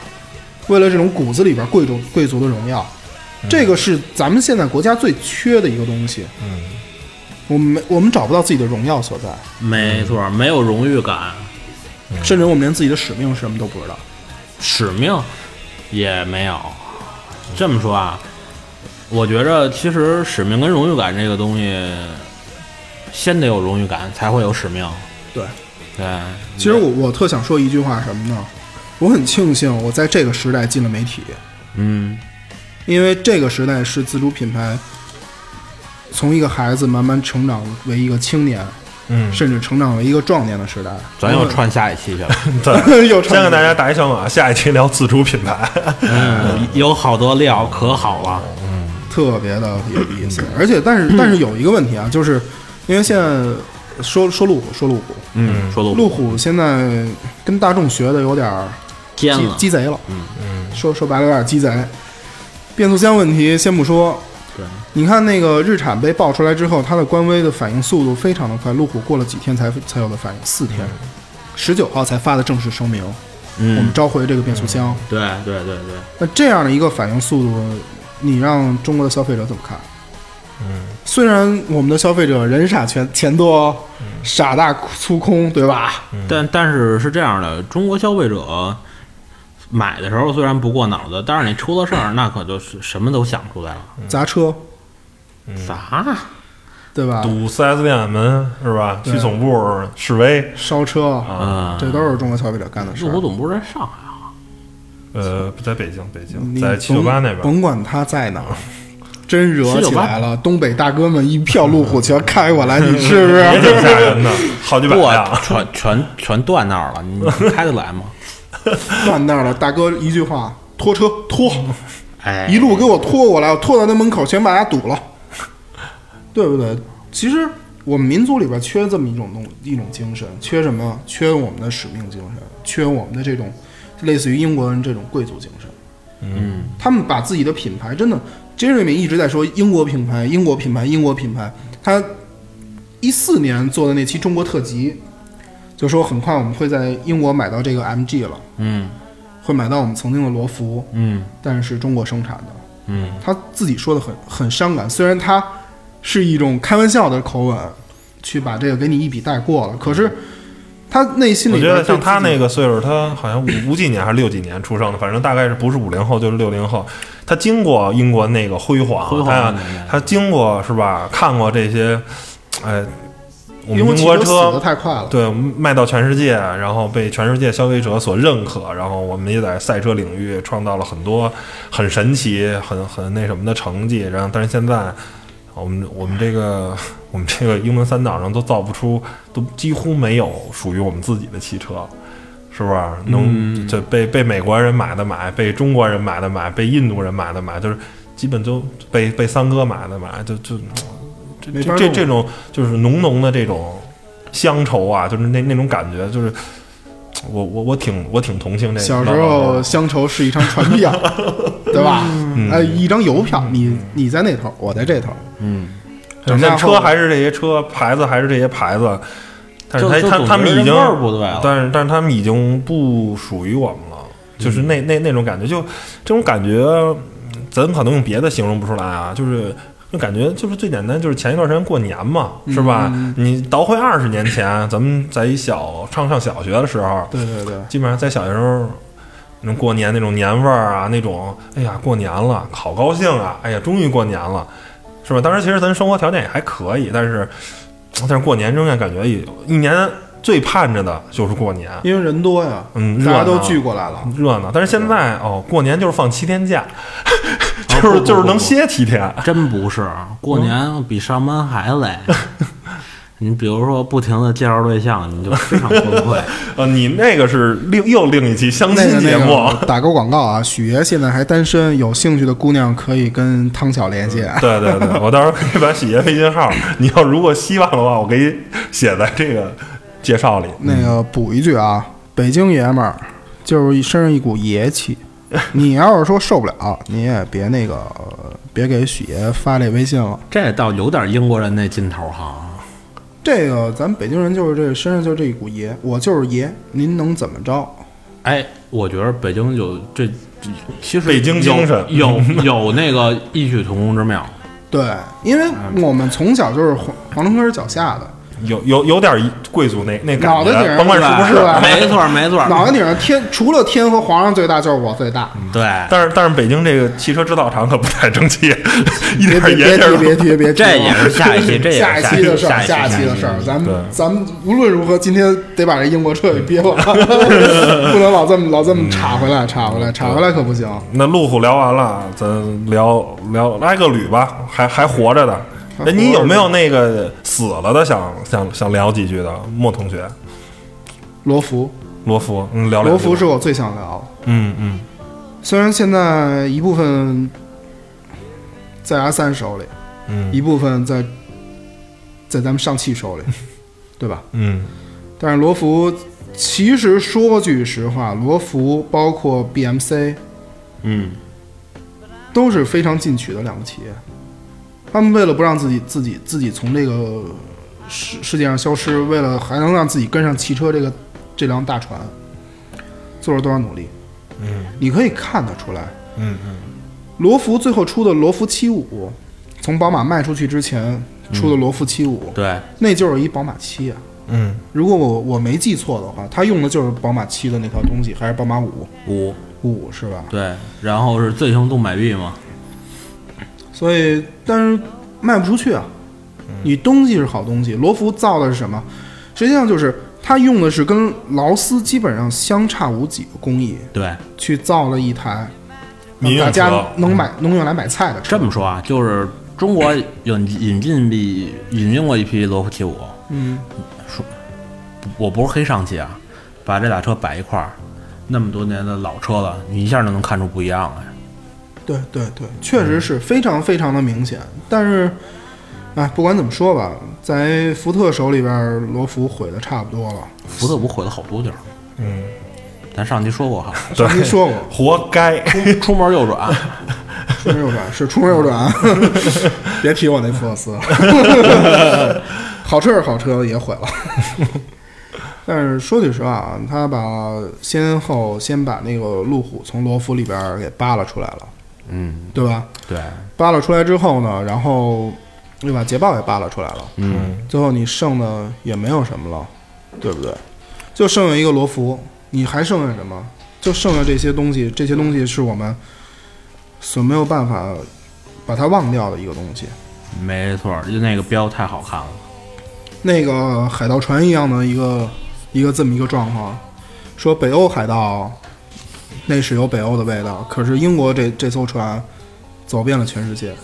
[SPEAKER 4] 为了这种骨子里边贵族贵族的荣耀，这个是咱们现在国家最缺的一个东西。嗯，我们没我们找不到自己的荣耀所在，
[SPEAKER 3] 没错，没有荣誉感，
[SPEAKER 4] 甚至我们连自己的使命是什么都不知道。
[SPEAKER 3] 使命也没有。这么说啊，我觉着其实使命跟荣誉感这个东西，先得有荣誉感，才会有使命。
[SPEAKER 4] 对，
[SPEAKER 3] 对，
[SPEAKER 4] 其实我我特想说一句话什么呢？我很庆幸我在这个时代进了媒体，
[SPEAKER 3] 嗯，
[SPEAKER 4] 因为这个时代是自主品牌从一个孩子慢慢成长为一个青年，
[SPEAKER 2] 嗯，
[SPEAKER 4] 甚至成长为一个壮年的时代。
[SPEAKER 3] 咱又穿下一期去了。
[SPEAKER 2] 对。
[SPEAKER 4] 又成
[SPEAKER 2] 先给大家打一小码，下一期聊自主品牌。
[SPEAKER 3] 嗯，有好多料，可好了。
[SPEAKER 4] 特别的有意思。而且，但是但是有一个问题啊，就是因为现在说说路虎，说路虎，
[SPEAKER 3] 嗯，说的
[SPEAKER 4] 路虎现在跟大众学的有点儿
[SPEAKER 3] 尖
[SPEAKER 4] 鸡
[SPEAKER 3] 了，
[SPEAKER 4] 鸡贼了。嗯嗯，说说白了有点鸡贼。变速箱问题先不说，
[SPEAKER 3] 对，
[SPEAKER 4] 你看那个日产被爆出来之后，它的官微的反应速度非常的快，路虎过了几天才才有的反应，四天。十九号才发的正式声明，我们
[SPEAKER 3] 嗯，
[SPEAKER 4] 召回这个变速箱。
[SPEAKER 3] 对对对对，
[SPEAKER 4] 那这样的一个反应速度，你让中国的消费者怎么看？嗯，虽然我们的消费者人傻钱钱多，
[SPEAKER 2] 嗯
[SPEAKER 4] 傻大粗空，对吧？
[SPEAKER 3] 但但是是这样的，中国消费者买的时候虽然不过脑子，但是你出了 事儿，那可就是什么都想出来
[SPEAKER 2] 嗯
[SPEAKER 3] 了。
[SPEAKER 4] 砸车，嗯
[SPEAKER 3] 啥？
[SPEAKER 4] 对吧？
[SPEAKER 2] 堵 4S 店门是吧？
[SPEAKER 4] 对
[SPEAKER 2] 去总部示威，
[SPEAKER 4] 烧车，
[SPEAKER 3] 嗯，
[SPEAKER 4] 这都是中国消费者干的事
[SPEAKER 3] 路虎
[SPEAKER 4] 儿。
[SPEAKER 3] 总部在上海啊。
[SPEAKER 2] 呃，不在北京，北京
[SPEAKER 4] 你
[SPEAKER 2] 在七九八那边。
[SPEAKER 4] 甭管他在哪 儿，真惹起来了，东北大哥们一票路虎全开过来，你是不
[SPEAKER 2] 也挺
[SPEAKER 4] 是？
[SPEAKER 2] 吓人的，好几百
[SPEAKER 3] 不
[SPEAKER 2] 辆，
[SPEAKER 3] 全全全断那儿了，你你开得来 吗？
[SPEAKER 4] 断那儿了，大哥一句话，拖车拖，
[SPEAKER 3] 哎，
[SPEAKER 4] 一路给我拖过来，我拖到他门口，全把他堵了，对不对？其实我们民族里边缺这么一种东一种精神，缺什么？缺我们的使命精神，缺我们的这种类似于英国人这种贵族精神。
[SPEAKER 3] 嗯，
[SPEAKER 4] 他们把自己的品牌真的，Jeremy 一直在说英国品牌，英国品牌，英国品牌。他一四年做的那期中国特辑，就说很快我们会在英国买到这个 MG 了，
[SPEAKER 3] 嗯
[SPEAKER 4] 会买到我们曾经的罗孚，
[SPEAKER 3] 嗯
[SPEAKER 4] 但是中国生产的。
[SPEAKER 3] 嗯，
[SPEAKER 4] 他自己说的很很伤感，虽然他是一种开玩笑的口吻去把这个给你一笔带过了，可是他内心
[SPEAKER 2] 嗯
[SPEAKER 4] 里
[SPEAKER 2] 我觉
[SPEAKER 4] 边
[SPEAKER 2] 得像
[SPEAKER 4] 对
[SPEAKER 2] 他
[SPEAKER 4] 自己
[SPEAKER 2] 那个岁数，他好像五五几年还是六几年出生的，反正大概是不是五零后就是六零后。他经过英国那个辉煌，
[SPEAKER 3] 辉煌的
[SPEAKER 2] 他
[SPEAKER 3] 年代
[SPEAKER 2] 他经过是吧？看过这些，哎，我
[SPEAKER 4] 因
[SPEAKER 2] 们
[SPEAKER 4] 为
[SPEAKER 2] 英
[SPEAKER 4] 汽
[SPEAKER 2] 国
[SPEAKER 4] 车死的
[SPEAKER 2] 车
[SPEAKER 4] 太快了，
[SPEAKER 2] 对卖到全世界，然后被全世界消费者所认可，然后我们也在赛车领域创造了很多很神奇、很很那什么的成绩。然后，但是现在我们我们这个我们这个英文三岛上都造不出，都几乎没有属于我们自己的汽车，是不是？能这被被美国人买的买，被中国人买的买，被印度人买的买，就是基本都被被三哥买的买，就就这
[SPEAKER 4] 没
[SPEAKER 2] 这
[SPEAKER 4] 法
[SPEAKER 2] 这
[SPEAKER 4] 弄
[SPEAKER 2] 这种就是浓浓的这种乡愁啊，就是那那种感觉，就是我我我挺我挺同情这嗯
[SPEAKER 4] 小时
[SPEAKER 2] 老老头
[SPEAKER 4] 候
[SPEAKER 2] 儿
[SPEAKER 4] 乡愁是一张船票， 对吧？哎，一张邮票，
[SPEAKER 2] 嗯
[SPEAKER 4] 你你在那头，我在这头，
[SPEAKER 2] 的
[SPEAKER 4] 长大
[SPEAKER 2] 那
[SPEAKER 4] 后
[SPEAKER 2] 车还是这些车牌子还是这些牌子，但是
[SPEAKER 3] 就就
[SPEAKER 2] 他他
[SPEAKER 3] 总
[SPEAKER 2] 他们
[SPEAKER 3] 觉得
[SPEAKER 2] 已经
[SPEAKER 3] 味儿不对了
[SPEAKER 2] 但是但是他们已经不属于我们了，就是
[SPEAKER 4] 嗯
[SPEAKER 2] 那那那种感觉，就这种感觉，嗯咱可能用别的形容不出来啊，就是。就感觉就是最简单，就是前一段时间过年嘛，是吧？
[SPEAKER 4] 嗯
[SPEAKER 2] 你倒回二十年前，咱们在一小上上小学的时候，
[SPEAKER 4] 对对对，
[SPEAKER 2] 基本上在小时候，那种过年那种年味儿啊，那种哎呀过年了，好高兴啊！哎呀，终于过年了，是吧？当时其实咱生活条件也还可以，但是嗯但是过年仍然感觉有一年最盼着的就是过年，
[SPEAKER 4] 因为人多呀，
[SPEAKER 2] 嗯
[SPEAKER 4] 大
[SPEAKER 2] 热
[SPEAKER 4] 家
[SPEAKER 2] 闹
[SPEAKER 4] 都聚过来了，
[SPEAKER 2] 热闹。但是现在哦，过年就是放七天假，
[SPEAKER 4] 哦
[SPEAKER 2] 就是、
[SPEAKER 3] 不不
[SPEAKER 2] 就是
[SPEAKER 3] 不
[SPEAKER 2] 能
[SPEAKER 3] 不
[SPEAKER 2] 歇七天。
[SPEAKER 3] 真不是，
[SPEAKER 4] 嗯
[SPEAKER 3] 过年比上班还 累。你比如说，不停的介绍对象，你就非常崩 溃。
[SPEAKER 2] 呃，你那个是另又另一期相
[SPEAKER 4] 那
[SPEAKER 2] 亲
[SPEAKER 4] 个
[SPEAKER 2] 节目，
[SPEAKER 4] 那个打个广告啊，许爷现在还单身，有兴趣的姑娘可以跟汤小联系。
[SPEAKER 2] 对对对，我到时候可以把喜爷微信号，你要如果希望的话，我给你写在这个介绍里。
[SPEAKER 4] 那个补一句啊，北京爷们儿就是身上一股爷气。你要是说受不了，你也别那个，呃别给许爷发这微信了。
[SPEAKER 3] 这倒有点英国人那劲头哈。
[SPEAKER 4] 这个咱们北京人就是这身上就这一股爷，我就是爷，您能怎么着？
[SPEAKER 3] 哎，我觉得北京有这，其实
[SPEAKER 2] 北京精神
[SPEAKER 3] 有有 有那个异曲同工之妙。
[SPEAKER 4] 对，因为我们从小就是皇皇城根儿脚下的，
[SPEAKER 2] 有有有点贵族那那感
[SPEAKER 4] 脑袋顶
[SPEAKER 2] 觉，
[SPEAKER 4] 上
[SPEAKER 2] 甭管是不
[SPEAKER 4] 是吧
[SPEAKER 3] 没错没错，
[SPEAKER 4] 脑袋顶上天除了天和皇上最大就是我最大。
[SPEAKER 3] 对，
[SPEAKER 2] 但是但是北京这个汽车制造厂可不太争气， 一
[SPEAKER 4] 别
[SPEAKER 2] 点
[SPEAKER 4] 别
[SPEAKER 2] 爷
[SPEAKER 4] 别
[SPEAKER 2] 气儿
[SPEAKER 4] 提别
[SPEAKER 2] 都。
[SPEAKER 4] 提别提，
[SPEAKER 3] 这也是下一期，这也
[SPEAKER 4] 下
[SPEAKER 3] 是
[SPEAKER 4] 一期的事儿，
[SPEAKER 3] 下
[SPEAKER 4] 下
[SPEAKER 3] 一
[SPEAKER 4] 期的事儿，咱
[SPEAKER 2] 对
[SPEAKER 4] 们咱们无论如何，今天得把这英国车给憋完，不能老这么老这么插回来，插回来，插回来可不行。
[SPEAKER 2] 那路虎聊完了，咱聊聊挨个捋吧，还还活着的。
[SPEAKER 4] 还
[SPEAKER 2] 哎，你
[SPEAKER 4] 活
[SPEAKER 2] 有
[SPEAKER 4] 着
[SPEAKER 2] 没
[SPEAKER 4] 的
[SPEAKER 2] 有那个死了的想想想聊几句的？莫同学，
[SPEAKER 4] 罗孚，
[SPEAKER 2] 罗福，嗯，聊两
[SPEAKER 4] 罗
[SPEAKER 2] 句
[SPEAKER 4] 孚
[SPEAKER 2] 吧
[SPEAKER 4] 是我最想聊的，
[SPEAKER 2] 嗯嗯
[SPEAKER 4] 虽然现在一部分在阿三手里，
[SPEAKER 2] 嗯
[SPEAKER 4] 一部分在在咱们上汽手里，对吧？
[SPEAKER 2] 嗯
[SPEAKER 4] 但是罗孚，其实说句实话，罗孚包括 BMC
[SPEAKER 3] 嗯，
[SPEAKER 4] 都是非常进取的两个企业。他们为了不让自己自己自己从这个世世界上消失，为了还能让自己跟上汽车这个这辆大船，做了多少努力？嗯，你可以看得出来，
[SPEAKER 2] 嗯
[SPEAKER 4] 罗孚最后出的罗孚七五，从宝马卖出去之前出的罗孚七五、
[SPEAKER 3] 对，
[SPEAKER 4] 那就是一宝马七啊。
[SPEAKER 2] 嗯
[SPEAKER 4] 如果我我没记错的话，他用的就是宝马七的那套东西，还是宝马五
[SPEAKER 3] 五
[SPEAKER 4] 五是吧？
[SPEAKER 3] 对，然后是 Z 型动摆臂嘛，
[SPEAKER 4] 所以，但是卖不出去啊。
[SPEAKER 2] 嗯
[SPEAKER 4] 你东西是好东西，罗孚造的是什么？实际上就是他用的是跟劳斯基本上相差无几的工艺，
[SPEAKER 3] 对，
[SPEAKER 4] 去造了一台
[SPEAKER 2] 民用
[SPEAKER 4] 大家
[SPEAKER 2] 车
[SPEAKER 4] 能买能用来买菜的车。
[SPEAKER 3] 这么说啊，就是中国引引进比引进过一批罗孚七五，
[SPEAKER 4] 嗯，
[SPEAKER 3] 我不是黑上汽啊，把这俩车摆一块儿，那么多年的老车了，你一下就能看出不一样来。
[SPEAKER 4] 对对对，确实是非常非常的明显。但是，哎，不管怎么说吧，在福特手里边，罗孚毁的差不多了。
[SPEAKER 3] 福特不毁了好多地儿，
[SPEAKER 2] 嗯，
[SPEAKER 3] 咱上期说过哈，
[SPEAKER 2] 对，
[SPEAKER 4] 您说过，
[SPEAKER 2] 活该。
[SPEAKER 3] 出出门右转，
[SPEAKER 4] 出门右转是出门右转， 别提我那福克斯 了。好车是好车，也毁了。但是说句实话啊，他把先后先把那个路虎从罗孚里边儿给扒拉出来了，
[SPEAKER 3] 嗯，
[SPEAKER 4] 对吧？
[SPEAKER 3] 对，
[SPEAKER 4] 扒拉出来之后呢，然后又把捷豹也扒拉出来了，嗯，最后你剩的也没有什么了，对不对？就剩下一个罗孚，你还剩下什么？就剩下这些东西，这些东西是我们所没有办法把它忘掉的一个东西。
[SPEAKER 3] 没错，就那个标太好看了，
[SPEAKER 4] 那个海盗船一样的一个一个这么一个状况，说北欧海盗那是有北欧的味道，可是英国这这艘船走遍了全世界，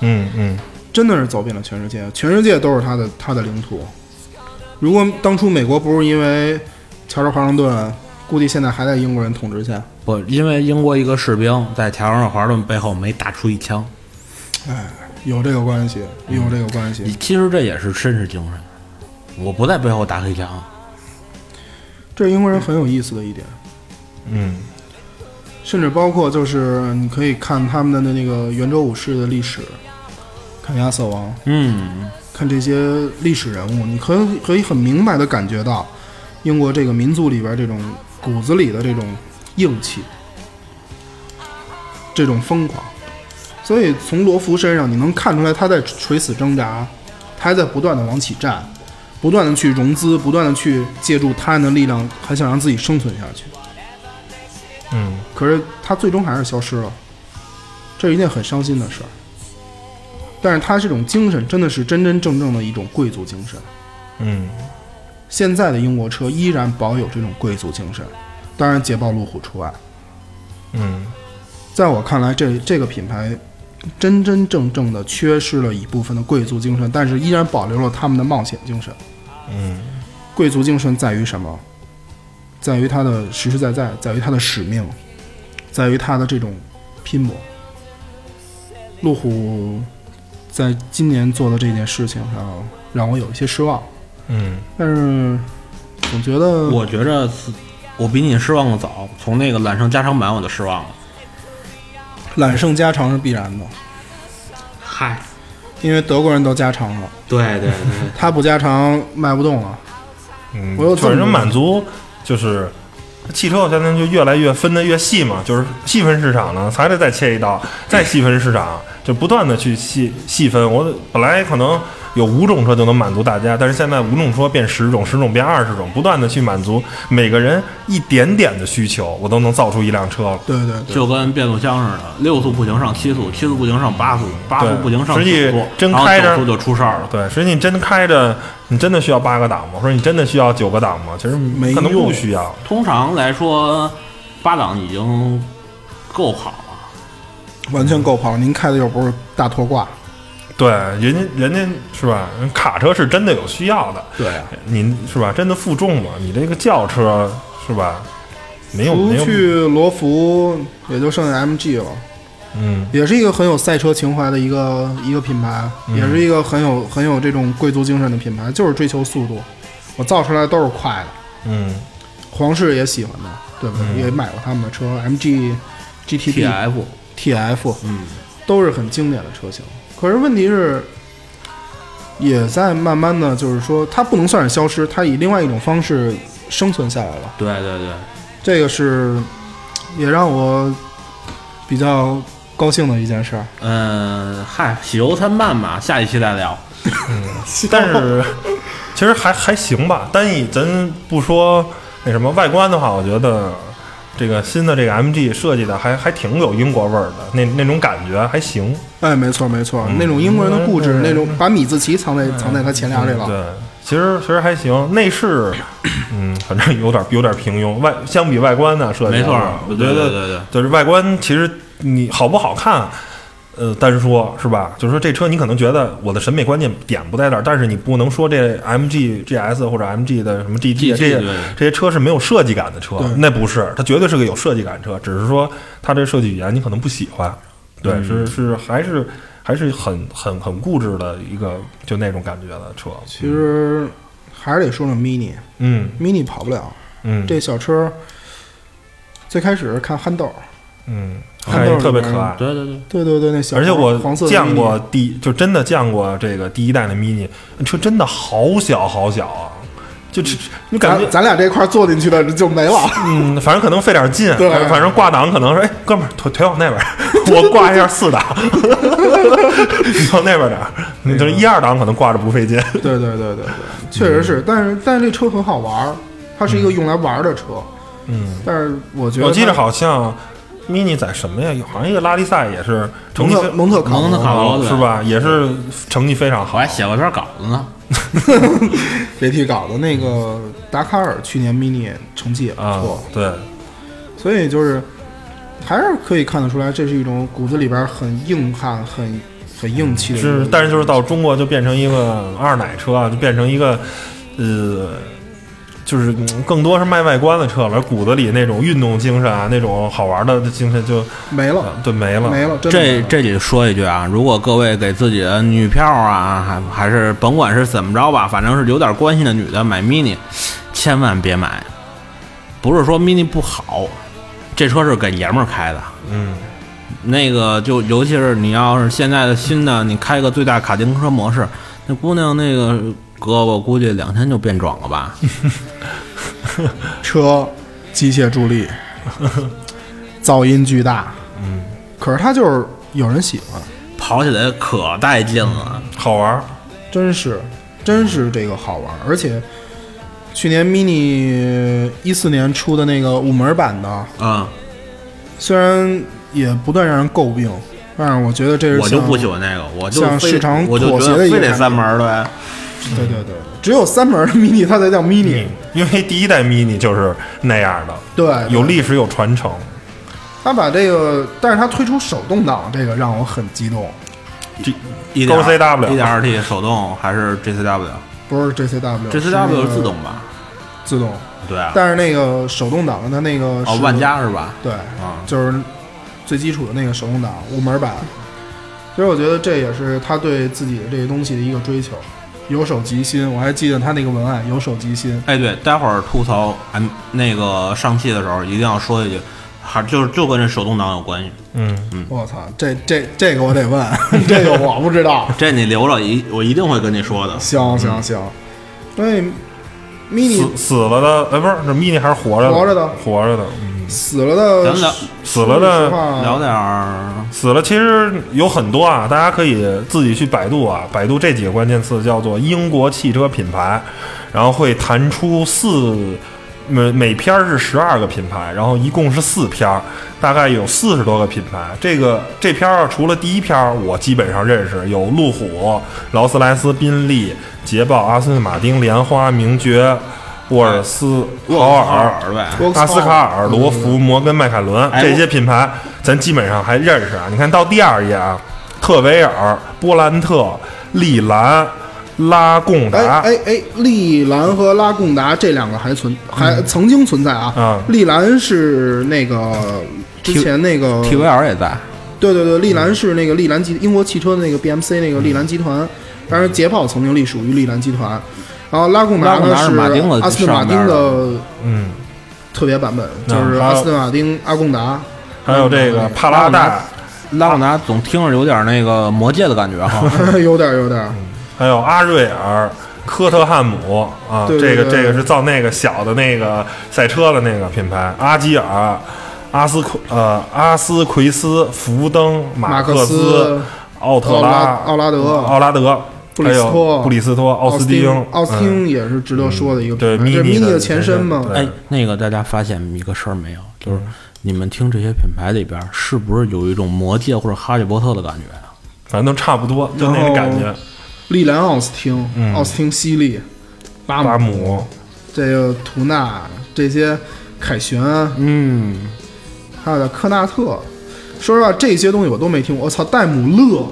[SPEAKER 2] 嗯嗯，
[SPEAKER 4] 真的是走遍了全世界，全世界都是他的他的领土。如果当初美国不是因为乔治华盛顿，估计现在还在英国人统治下。
[SPEAKER 3] 不，因为英国一个士兵在乔治华盛顿背后没打出一枪，
[SPEAKER 4] 有这个关系，有这个关系，
[SPEAKER 3] 其实这也是绅士精神。我不在背后打黑枪，
[SPEAKER 4] 这是英国人很有意思的一点。
[SPEAKER 2] 嗯，
[SPEAKER 4] 甚至包括就是你可以看他们的那个圆桌武士的历史，看亚瑟王，
[SPEAKER 3] 嗯，
[SPEAKER 4] 看这些历史人物，你可以可以很明白的感觉到英国这个民族里边这种骨子里的这种硬气，这种疯狂。所以从罗福身上，你能看出来他在垂死挣扎，他还在不断的往起站，不断的去融资，不断的去借助他人的力量，还想让自己生存下去。
[SPEAKER 2] 嗯，
[SPEAKER 4] 可是他最终还是消失了，这是一件很伤心的事儿。但是他这种精神真的是真真正正的一种贵族精神。
[SPEAKER 2] 嗯，
[SPEAKER 4] 现在的英国车依然保有这种贵族精神，当然捷豹、路虎除外。
[SPEAKER 2] 嗯，
[SPEAKER 4] 在我看来，这这个品牌真真正正的缺失了一部分的贵族精神，但是依然保留了他们的冒险精神。
[SPEAKER 2] 嗯，
[SPEAKER 4] 贵族精神在于什么？在于它的实实在在，在于它的使命，在于它的这种拼搏。路虎在今年做的这件事情上，让我有一些失望，
[SPEAKER 2] 嗯，
[SPEAKER 4] 但是总觉得
[SPEAKER 3] 我觉着是我比你失望的早，从那个揽胜加长版我就失望了。
[SPEAKER 4] 揽胜加长是必然的，
[SPEAKER 3] 嗨，
[SPEAKER 4] 因为德国人都加长了，
[SPEAKER 3] 对对对，
[SPEAKER 4] 他不加长卖不动了。
[SPEAKER 2] 嗯，
[SPEAKER 4] 我又这么
[SPEAKER 2] 反正满足就是汽车，现在就越来越分得越细嘛，就是细分市场呢，还得再切一刀，再细分市场，就不断的去细细分。我本来可能有五种车就能满足大家，但是现在五种车变十种，十种变二十种，不断的去满足每个人一点点的需求，我都能造出一辆车了。
[SPEAKER 4] 对对对，
[SPEAKER 3] 就跟变速箱似的，六速不行上七速，七速不行上八速，八速
[SPEAKER 2] 对
[SPEAKER 3] 不行上
[SPEAKER 2] 实际
[SPEAKER 3] 九速，
[SPEAKER 2] 真
[SPEAKER 3] 然后
[SPEAKER 2] 开着
[SPEAKER 3] 九速就出事儿了。
[SPEAKER 2] 对，所以你真开着，你真的需要八个档吗？或者你真的需要九个档吗？其实
[SPEAKER 4] 没
[SPEAKER 2] 可能
[SPEAKER 4] 用
[SPEAKER 2] 不需要。
[SPEAKER 3] 通常来说，八档已经够好了，
[SPEAKER 4] 完全够跑。您开的又不是大拖挂，
[SPEAKER 2] 对，人家人家是吧？人卡车是真的有需要的，
[SPEAKER 4] 对啊，
[SPEAKER 2] 你是吧？真的负重嘛？你这个轿车是吧？没有
[SPEAKER 4] 除
[SPEAKER 2] 没有，
[SPEAKER 4] 去罗孚，也就剩下 MG 了。
[SPEAKER 2] 嗯
[SPEAKER 4] 也是一个很有赛车情怀的一个一个品牌，
[SPEAKER 2] 嗯
[SPEAKER 4] 也是一个很有很有这种贵族精神的品牌，就是追求速度，我造出来都是快的。
[SPEAKER 2] 嗯
[SPEAKER 4] 皇室也喜欢的，对不对？也买过他们的车，MG、
[SPEAKER 3] T
[SPEAKER 4] GTB、
[SPEAKER 3] F
[SPEAKER 4] TF，嗯，都是很经典的车型。可是问题是，也在慢慢的就是说，它不能算是消失，它以另外一种方式生存下来了。
[SPEAKER 3] 对对对，
[SPEAKER 4] 这个是也让我比较高兴的一件事儿。
[SPEAKER 3] 嗯，嗨，喜忧参半吧，下一期再聊。
[SPEAKER 2] 但是其实还还行吧。单以咱不说那什么外观的话，我觉得这个新的这个 MG 设计的还还挺有英国味儿的，那那种感觉还行。
[SPEAKER 4] 哎，没错没
[SPEAKER 2] 嗯
[SPEAKER 4] 错，那种英国人的固执，那种把米字旗藏在藏在他前脸里了。
[SPEAKER 2] 嗯对，其实其实还行，内饰，嗯，反正有点有点平庸。外相比外观呢，设计
[SPEAKER 3] 没错
[SPEAKER 2] 上我觉
[SPEAKER 3] 对对
[SPEAKER 2] 得
[SPEAKER 3] 对对
[SPEAKER 2] 就是外观其实你好不好看。呃，单说是吧？就是说这车你可能觉得我的审美观念点不在这儿，但是你不能说这 MG GS 或者 MG 的什么 GT 啊这
[SPEAKER 3] GT
[SPEAKER 2] 些
[SPEAKER 3] 对
[SPEAKER 2] 这些车是没有设计感的车
[SPEAKER 4] 对，
[SPEAKER 2] 那不是，它绝对是个有设计感车，只是说它这设计语言你可能不喜欢，对，
[SPEAKER 4] 嗯
[SPEAKER 2] 是是还是还是很很很固执的一个就那种感觉的车，
[SPEAKER 4] 其实还是得说说 mini，mini
[SPEAKER 2] 嗯
[SPEAKER 4] 跑不了，
[SPEAKER 2] 嗯，
[SPEAKER 4] 这小车最开始看憨豆儿，
[SPEAKER 2] 嗯，
[SPEAKER 4] 憨
[SPEAKER 2] 还
[SPEAKER 4] 豆儿
[SPEAKER 2] 特别
[SPEAKER 4] 里
[SPEAKER 2] 可
[SPEAKER 4] 面
[SPEAKER 2] 爱。
[SPEAKER 3] 对对对，
[SPEAKER 4] 对对对，那小
[SPEAKER 2] 而且我
[SPEAKER 4] 黄色的
[SPEAKER 2] 见
[SPEAKER 4] mini
[SPEAKER 2] 过第，就真的见过这个第一代的 mini 车，真的好小好小啊！就这，你感觉
[SPEAKER 4] 咱咱俩这块儿坐进去的就 没了。
[SPEAKER 2] 嗯，反正可能费点劲，
[SPEAKER 4] 对
[SPEAKER 2] 反正挂档可能是，哎，哥们儿腿腿往那边儿， 我挂一下四档， 你往那边点儿， 你就是一二档可能挂着不费劲。
[SPEAKER 4] 对对对对对， 确实是，但是但是这车很好玩儿，它是一个用来玩儿的车。
[SPEAKER 2] 嗯，
[SPEAKER 4] 但是我觉得
[SPEAKER 2] 我记
[SPEAKER 4] 它
[SPEAKER 2] 得好像 mini 在什么呀？好像一个拉力赛也是成
[SPEAKER 4] 蒙
[SPEAKER 2] 绩
[SPEAKER 4] 特
[SPEAKER 2] 非
[SPEAKER 4] 蒙特卡罗
[SPEAKER 3] 蒙特卡罗
[SPEAKER 2] 是吧？也是成绩非常
[SPEAKER 3] 我
[SPEAKER 2] 好
[SPEAKER 3] 还。写过篇稿子呢。
[SPEAKER 4] 别提搞的那个达喀尔去年 mini 成绩也不
[SPEAKER 2] 啊
[SPEAKER 4] 错，，
[SPEAKER 2] 对，
[SPEAKER 4] 所以就是还是可以看得出来，这是一种骨子里边很硬汉、很很硬气的一个
[SPEAKER 2] 是
[SPEAKER 4] 人。，
[SPEAKER 2] 但是就是到中国就变成一个二奶车啊，就变成一个，呃，就是嗯更多是卖外观的车了，而骨子里那种运动精神啊，那种好玩的精神就
[SPEAKER 4] 没
[SPEAKER 2] 呃
[SPEAKER 4] 了，
[SPEAKER 2] 对没了。
[SPEAKER 4] 没了，真的没
[SPEAKER 3] 这
[SPEAKER 4] 了
[SPEAKER 3] 这里说一句啊，如果各位给自己的女票啊，还还是甭管是怎么着吧，反正是有点关系的女的买 mini，千万别买。不是说 mini 不好，这车是给爷们儿开的。
[SPEAKER 2] 嗯，
[SPEAKER 3] 那个就尤其是你要是现在的新的，你开个最大卡丁车模式，那姑娘那个胳膊估计两天就变壮了吧？
[SPEAKER 4] 车机械助 力，噪音巨大。嗯，可是它就是有人喜欢，
[SPEAKER 3] 跑起来可带劲了。
[SPEAKER 2] 好玩儿。
[SPEAKER 4] 真是真是这个好玩，而且。去年 mini 一四年出的那个五门版的，
[SPEAKER 3] 嗯，
[SPEAKER 4] 虽然也不断让人诟病，但是我觉得这是
[SPEAKER 3] 我就
[SPEAKER 4] 像
[SPEAKER 3] 不喜欢那个，我就
[SPEAKER 4] 向
[SPEAKER 3] 非
[SPEAKER 4] 市场
[SPEAKER 3] 我就
[SPEAKER 4] 妥
[SPEAKER 3] 觉
[SPEAKER 4] 协
[SPEAKER 3] 得
[SPEAKER 4] 的一个
[SPEAKER 3] 非得
[SPEAKER 4] 产
[SPEAKER 3] 三
[SPEAKER 4] 品
[SPEAKER 3] 门儿对。
[SPEAKER 4] 对对对，只有三门的 mini 它才叫 mini，
[SPEAKER 3] 嗯
[SPEAKER 2] 因为第一代 mini 就是那样的，
[SPEAKER 4] 对，
[SPEAKER 2] 有历史有传承。
[SPEAKER 4] 他把这个，但是他推出手动挡，这个让我很激动。
[SPEAKER 3] 一
[SPEAKER 2] 高 CW
[SPEAKER 3] 一点二 T 手动还是 GCW？GCW
[SPEAKER 4] 不是 JCW，是那个
[SPEAKER 3] 自动吧？
[SPEAKER 4] 自动，
[SPEAKER 3] 对啊，
[SPEAKER 4] 但是那个手动挡的它那个
[SPEAKER 3] 哦
[SPEAKER 4] 是，
[SPEAKER 3] 万家是吧？
[SPEAKER 4] 对，
[SPEAKER 3] 啊，
[SPEAKER 4] 就是最基础的那个手动挡五门版。其实我觉得这也是他对自己的这个东西的一个追求，有手即心。我还记得他那个文案“有手即心
[SPEAKER 3] 哎，对，待会儿吐槽 M 那个上汽的时候，一定要说一句，还就是就跟这手动挡有关系。”，
[SPEAKER 2] 嗯，
[SPEAKER 4] 我操，这这这个我得问， 这个我不知道。
[SPEAKER 3] 这你留着一，我一定会跟你说的。
[SPEAKER 4] 行行行，所以 mini
[SPEAKER 2] 死死了的，哎，不是，这 mini 还是活着的，
[SPEAKER 4] 活着的
[SPEAKER 2] 活着的，嗯，
[SPEAKER 4] 死了的，
[SPEAKER 3] 咱聊
[SPEAKER 2] 死了的
[SPEAKER 4] 说实话
[SPEAKER 3] 聊点
[SPEAKER 4] 嗯
[SPEAKER 3] 儿，
[SPEAKER 2] 死了，其实有很多啊，大家可以自己去百度啊，百度这几个关键词叫做英国汽车品牌，然后会弹出四每每篇儿是十二个品牌，然后一共是四篇儿，大概有四十多个品牌。这个这篇儿啊除了第一篇儿我基本上认识，有路虎、劳斯莱斯、宾利、捷豹、阿斯顿马丁、莲花、名爵、沃尔斯、豪尔。
[SPEAKER 3] 尔呗。
[SPEAKER 4] Volkswagen
[SPEAKER 2] 阿斯卡尔、罗孚、摩根、迈凯伦
[SPEAKER 3] 哎
[SPEAKER 2] 这些品牌，咱基本上还认识啊。你看到第二页啊，特维尔、波兰特、利兰、拉贡
[SPEAKER 4] 哎
[SPEAKER 2] 达，
[SPEAKER 4] 哎哎，利兰和拉贡达这两个还存，
[SPEAKER 2] 嗯
[SPEAKER 4] 还曾经存在啊。
[SPEAKER 2] 啊
[SPEAKER 4] 利兰是那个之前那个，
[SPEAKER 3] T V L 也在，
[SPEAKER 4] 对对对，利
[SPEAKER 2] 嗯
[SPEAKER 4] 兰是那个利兰集英国汽车的那个 BMC 那个利兰集团，当然捷豹曾经隶属于利兰集团，然后拉贡达
[SPEAKER 3] 拉贡
[SPEAKER 4] 呢
[SPEAKER 3] 达是马丁的
[SPEAKER 4] 阿斯顿马丁
[SPEAKER 3] 上边
[SPEAKER 4] 的
[SPEAKER 2] 嗯，
[SPEAKER 4] 特别版本，就
[SPEAKER 2] 嗯
[SPEAKER 4] 是
[SPEAKER 2] 还有
[SPEAKER 4] 阿斯顿马丁阿贡达。
[SPEAKER 2] 还有这个帕拉
[SPEAKER 3] 拉贡
[SPEAKER 2] 代，
[SPEAKER 3] 拉贡达总听着有点那个魔戒的感觉哈。
[SPEAKER 4] 有点儿有点儿，
[SPEAKER 2] 还有阿瑞尔。科特汉姆啊，
[SPEAKER 4] 对对
[SPEAKER 2] 这个
[SPEAKER 4] 对
[SPEAKER 2] 这个是造那个小的那个赛车的那个品牌，阿基尔、阿斯奎呃阿斯奎斯、福登、马
[SPEAKER 4] 马克
[SPEAKER 2] 克思、奥特拉、
[SPEAKER 4] 奥拉奥拉德
[SPEAKER 2] 奥拉德、
[SPEAKER 4] 布里斯
[SPEAKER 2] 还
[SPEAKER 4] 托
[SPEAKER 2] 有布里斯托、奥斯
[SPEAKER 4] 汀
[SPEAKER 2] 汀、，
[SPEAKER 4] 奥斯
[SPEAKER 2] 嗯
[SPEAKER 4] 汀也是值得说的一个品
[SPEAKER 2] 对
[SPEAKER 4] 牌，这
[SPEAKER 2] mini
[SPEAKER 4] 是 mini
[SPEAKER 2] 的
[SPEAKER 4] 前身嘛。
[SPEAKER 2] 对
[SPEAKER 3] 哎，那个大家发现一个事儿没有，就是你们听这些品牌里边儿，是不是有一种魔戒或者哈利波特的感觉啊？
[SPEAKER 2] 反正都差不多，就那个感觉。
[SPEAKER 4] 利兰奥斯汀、
[SPEAKER 2] 嗯
[SPEAKER 4] 奥斯汀西利、巴
[SPEAKER 2] 巴姆，
[SPEAKER 4] 这个图纳这些凯旋，啊
[SPEAKER 3] 嗯，
[SPEAKER 4] 还有点科纳特。说实话，这些东西我都没听过。我操，戴姆勒，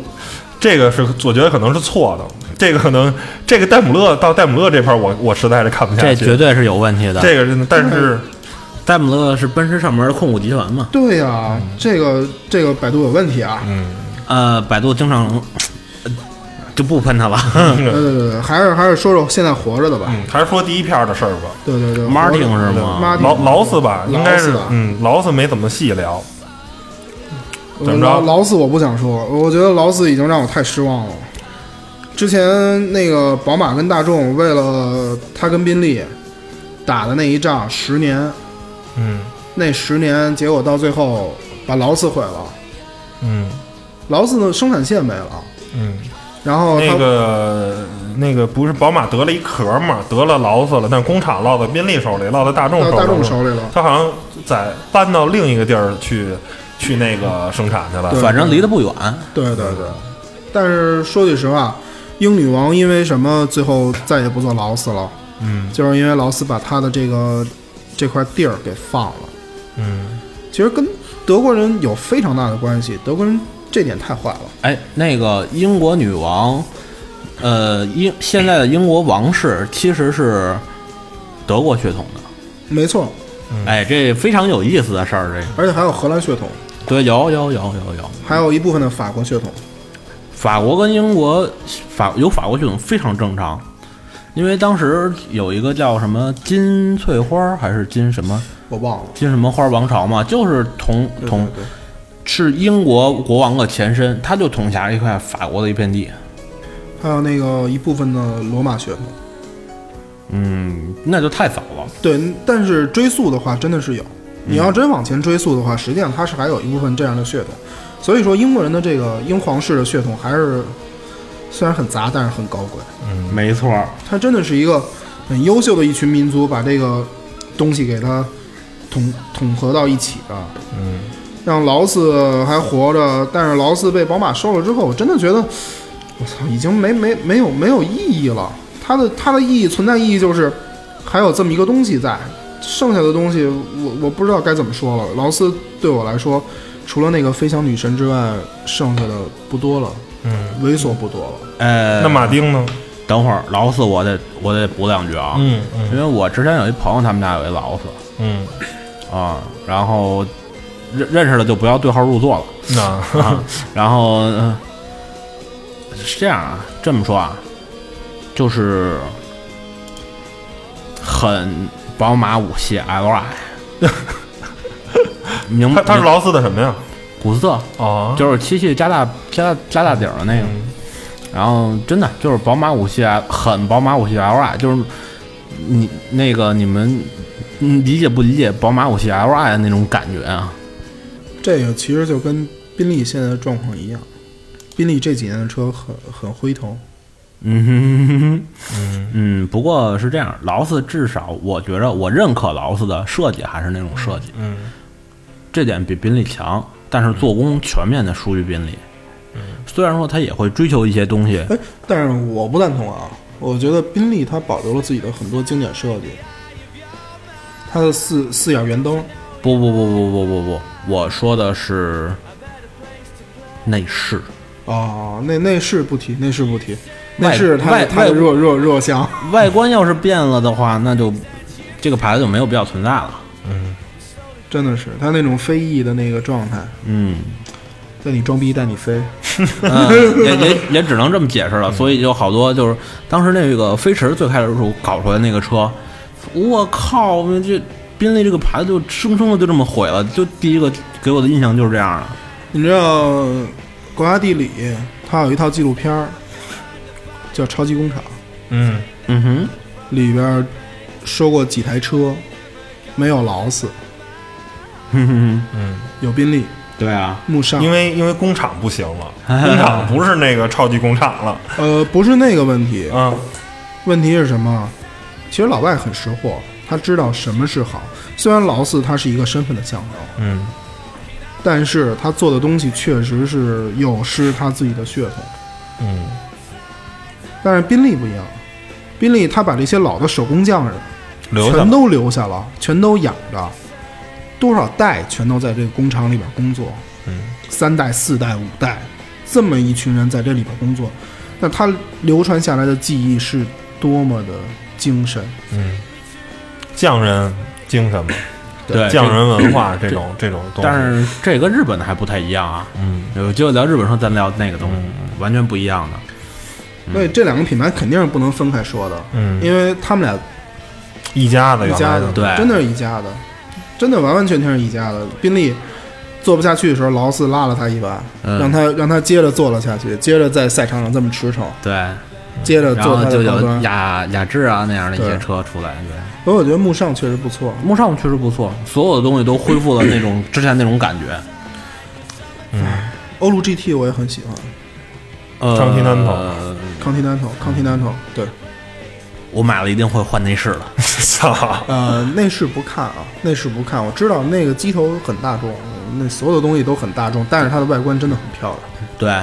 [SPEAKER 2] 这个是我觉得可能是错的，这个可能这个戴姆勒到戴姆勒这块儿我我实在是看不下
[SPEAKER 3] 这
[SPEAKER 2] 去，
[SPEAKER 3] 绝对是有问题的。
[SPEAKER 2] 这个真的，但是
[SPEAKER 3] 戴姆勒是奔驰上门的控股集团嘛？
[SPEAKER 4] 对呀、这个这个百度有问题啊！
[SPEAKER 2] 嗯，
[SPEAKER 3] 呃，百度经常，呃就不喷他了。
[SPEAKER 4] 对对对对，还是还是说说现在活着的吧。
[SPEAKER 2] 嗯，还是说第一篇的事儿吧。
[SPEAKER 4] 对对对
[SPEAKER 3] Martin 是吗
[SPEAKER 4] 吗？
[SPEAKER 2] 劳劳斯吧，应该
[SPEAKER 4] 劳
[SPEAKER 2] 是
[SPEAKER 4] 斯嗯吧
[SPEAKER 2] 嗯，劳斯没怎么细聊。怎么着
[SPEAKER 4] 劳劳斯我不想说，我觉得劳斯已经让我太失望了。之前那个宝马跟大众为了他跟宾利打的那一仗十年，
[SPEAKER 2] 嗯
[SPEAKER 4] 那十年结果到最后把劳斯毁了，
[SPEAKER 2] 嗯
[SPEAKER 4] 劳斯的生产线没了，
[SPEAKER 2] 嗯，
[SPEAKER 4] 然哦后他、
[SPEAKER 2] 那个那个不是宝马得了一壳嘛，得了劳斯了，但工厂落到宾利手里，落到大众
[SPEAKER 4] 到
[SPEAKER 2] 手里，
[SPEAKER 4] 大众手里了。
[SPEAKER 2] 他好像在搬到另一个地儿去去那个生产去了。
[SPEAKER 4] 对
[SPEAKER 3] 反正离得不远，
[SPEAKER 4] 对对对，但是说句实话，英女王因为什么最后再也不做劳斯了？
[SPEAKER 2] 嗯
[SPEAKER 4] 就是因为劳斯把他的这个这块地儿给放了。
[SPEAKER 2] 嗯，
[SPEAKER 4] 其实跟德国人有非常大的关系，德国人这点太坏了。
[SPEAKER 3] 哎，那个英国女王，呃，英现在的英国王室其实是德国血统的，
[SPEAKER 4] 没错，
[SPEAKER 3] 哎，这非常有意思的事儿。这个
[SPEAKER 4] 而且还有荷兰血统，
[SPEAKER 3] 对，有有有有有，
[SPEAKER 4] 还有一部分的法国血统。
[SPEAKER 3] 法国跟英国法有法国血统非常正常，因为当时有一个叫什么金翠花儿还是金什么
[SPEAKER 4] 我忘了，
[SPEAKER 3] 金什么花儿王朝嘛，就是同
[SPEAKER 4] 对
[SPEAKER 3] 同
[SPEAKER 4] 对
[SPEAKER 3] 是英国国王的前身，他就统辖一块法国的一片地。
[SPEAKER 4] 对还有那个一部分的罗马血统。
[SPEAKER 3] 嗯，那就太早了。
[SPEAKER 4] 对，但是追溯的话，真的是有。你
[SPEAKER 3] 嗯
[SPEAKER 4] 要真往前追溯的话，实际上它是还有一部分这样的血统。所以说，英国人的这个英皇室的血统还是虽然很杂，但是很高贵。
[SPEAKER 3] 嗯没错儿，
[SPEAKER 4] 它真的是一个很优秀的一群民族，把这个东西给它统统合到一起
[SPEAKER 3] 啊
[SPEAKER 4] 的。嗯，让劳斯还活着，但是劳斯被宝马收了之后，我真的觉得，我操，已经没没没有没有意义了。它的它的意义存在意义就是还有这么一个东西在，剩下的东西我我不知道该怎么说了。劳斯对我来说，除了那个飞翔女神之外，剩下的不多了，
[SPEAKER 2] 嗯，
[SPEAKER 4] 为所不多了。
[SPEAKER 3] 呃，
[SPEAKER 2] 那马丁呢？
[SPEAKER 3] 等会儿劳斯我得我得补两句啊，
[SPEAKER 2] 嗯嗯
[SPEAKER 3] 因为我之前有一朋友，他们家有一劳斯
[SPEAKER 2] 嗯，
[SPEAKER 3] 啊，然后认认识了就不要对号入座了。
[SPEAKER 2] 那
[SPEAKER 3] 啊，然后、呃、是这样啊，这么说啊，就是很宝马五系 L I，明
[SPEAKER 2] 他他是
[SPEAKER 3] 明
[SPEAKER 2] 劳斯的什么呀？
[SPEAKER 3] 古斯特，
[SPEAKER 2] 嗯哦，
[SPEAKER 3] 就是七系加大加大加大顶儿的那个，
[SPEAKER 2] 嗯
[SPEAKER 3] 然后真的就是宝马五系 L 很宝马五系 L I，就是你那个你们。嗯理解不理解宝马五系 L I 的那种感觉啊？
[SPEAKER 4] 这个其实就跟宾利现在的状况一样，宾利这几年的车很很灰头。
[SPEAKER 3] 嗯哼哼哼，嗯，不过是这样，劳斯至少我觉着我认可劳斯的设计还是那种设计，
[SPEAKER 2] 嗯
[SPEAKER 3] 这点比宾利强，但是做工全面的输于宾利。虽然说它也会追求一些东西，
[SPEAKER 4] 哎，但是我不赞同啊，我觉得宾利它保留了自己的很多经典设计，它的四四眼圆灯，
[SPEAKER 3] 不不不不不不不，我说的是内饰，
[SPEAKER 4] 哦，那内饰不提，内饰不提，内
[SPEAKER 3] 外
[SPEAKER 4] 饰它
[SPEAKER 3] 外
[SPEAKER 4] 的它
[SPEAKER 3] 外
[SPEAKER 4] 的弱弱弱项。
[SPEAKER 3] 外观要是变了的话，那就这个牌子就没有必要存在了。
[SPEAKER 4] 真的是，它那种飞翼的那个状态，
[SPEAKER 3] 嗯，
[SPEAKER 4] 在你装逼带你飞，
[SPEAKER 3] 嗯，也也也只能这么解释了。所以就好多就是当时那个飞驰最开始时候搞出来那个车，我靠，这宾利这个牌子就生生的就这么毁了。就第一个给我的印象就是这样的。
[SPEAKER 4] 你知道国家地理它有一套纪录片儿叫《超级工厂》，
[SPEAKER 2] 嗯
[SPEAKER 3] 嗯哼，
[SPEAKER 4] 里边儿说过几台车，没有劳斯，
[SPEAKER 3] 哼哼
[SPEAKER 2] 嗯，
[SPEAKER 4] 有宾利、
[SPEAKER 3] 对啊，
[SPEAKER 4] 慕尚
[SPEAKER 2] 因，为因为工厂不行了，工厂不是那个超级工厂了。
[SPEAKER 4] 呃，不是那个问题，
[SPEAKER 2] 嗯
[SPEAKER 4] 问题是什么？其实老外很识货，他知道什么是好。虽然劳斯它是一个身份的象征，
[SPEAKER 2] 嗯
[SPEAKER 4] 但是他做的东西确实是有失他自己的血统。
[SPEAKER 2] 嗯
[SPEAKER 4] 但是宾利不一样，宾利他把这些老的手工匠人
[SPEAKER 2] 留下
[SPEAKER 4] 全都留下了，全都养着，多少代全都在这个工厂里边工作，
[SPEAKER 2] 嗯，
[SPEAKER 4] 三代、四代、五代，这么一群人在这里边工作，那他流传下来的技艺是多么的精深，
[SPEAKER 2] 嗯，匠人精神嘛，
[SPEAKER 3] 对，
[SPEAKER 2] 匠
[SPEAKER 3] 这。
[SPEAKER 2] 人文化这种这种东西。
[SPEAKER 3] 但是这跟日本的还不太一样啊。
[SPEAKER 2] 嗯
[SPEAKER 3] 有机会聊日本的时候，咱聊那个东西，完全不一样的。
[SPEAKER 4] 嗯所以这两个品牌肯定是不能分开说的，
[SPEAKER 2] 嗯
[SPEAKER 4] 因为他们俩
[SPEAKER 2] 一家的
[SPEAKER 4] 一
[SPEAKER 2] 原
[SPEAKER 4] 家
[SPEAKER 2] 来
[SPEAKER 4] 的，
[SPEAKER 2] 的，
[SPEAKER 3] 对
[SPEAKER 4] 真的是一家的，真的完完全全是一家的。宾利做不下去的时候，劳斯拉了他一把，
[SPEAKER 3] 嗯
[SPEAKER 4] 让他让他接着做了下去，接着在赛场上这么驰骋，
[SPEAKER 3] 对，
[SPEAKER 4] 接着
[SPEAKER 3] 然
[SPEAKER 4] 做
[SPEAKER 3] 后
[SPEAKER 4] 他
[SPEAKER 3] 就
[SPEAKER 4] 的高
[SPEAKER 3] 有
[SPEAKER 4] 端。
[SPEAKER 3] 雅雅致啊那样的一些
[SPEAKER 4] 对
[SPEAKER 3] 车出来，对，
[SPEAKER 4] 所以我觉得慕尚确实不错，
[SPEAKER 3] 慕尚确实不错，所有的东西都恢复了那种之前那种感觉。
[SPEAKER 4] 欧陆 GT 我也很喜欢
[SPEAKER 3] 呃，
[SPEAKER 2] Continental
[SPEAKER 4] ，Continental，Continental，对，
[SPEAKER 3] 我买了一定会换内 饰的。
[SPEAKER 2] 操，
[SPEAKER 4] 呃，内饰不看啊，内饰不看，我知道那个机头很大众，那所有的东西都很大众，但是它的外观真的很漂亮，
[SPEAKER 3] 对，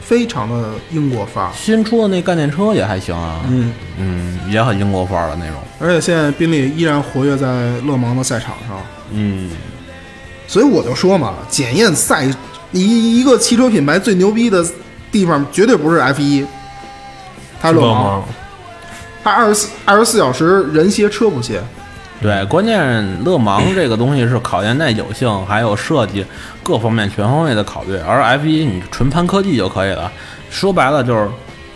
[SPEAKER 4] 非常的英国范儿。
[SPEAKER 3] 新出的那概念车也还行啊，
[SPEAKER 4] 嗯，
[SPEAKER 3] 嗯，也很英国范儿的那种。
[SPEAKER 4] 而且现在宾利依然活跃在勒芒的赛场上，
[SPEAKER 3] 嗯，
[SPEAKER 4] 所以我就说嘛，检验赛一一个汽车品牌最牛逼的地方，绝对不是 F 一，它是勒
[SPEAKER 2] 勒
[SPEAKER 4] 芒，
[SPEAKER 2] 芒，
[SPEAKER 4] 它二十四二十四小时人歇车不歇，
[SPEAKER 3] 对，关键勒芒这个东西是考验耐久性，还有设计各方面全方位的考虑，而 F 一你纯攀科技就可以了。说白了就是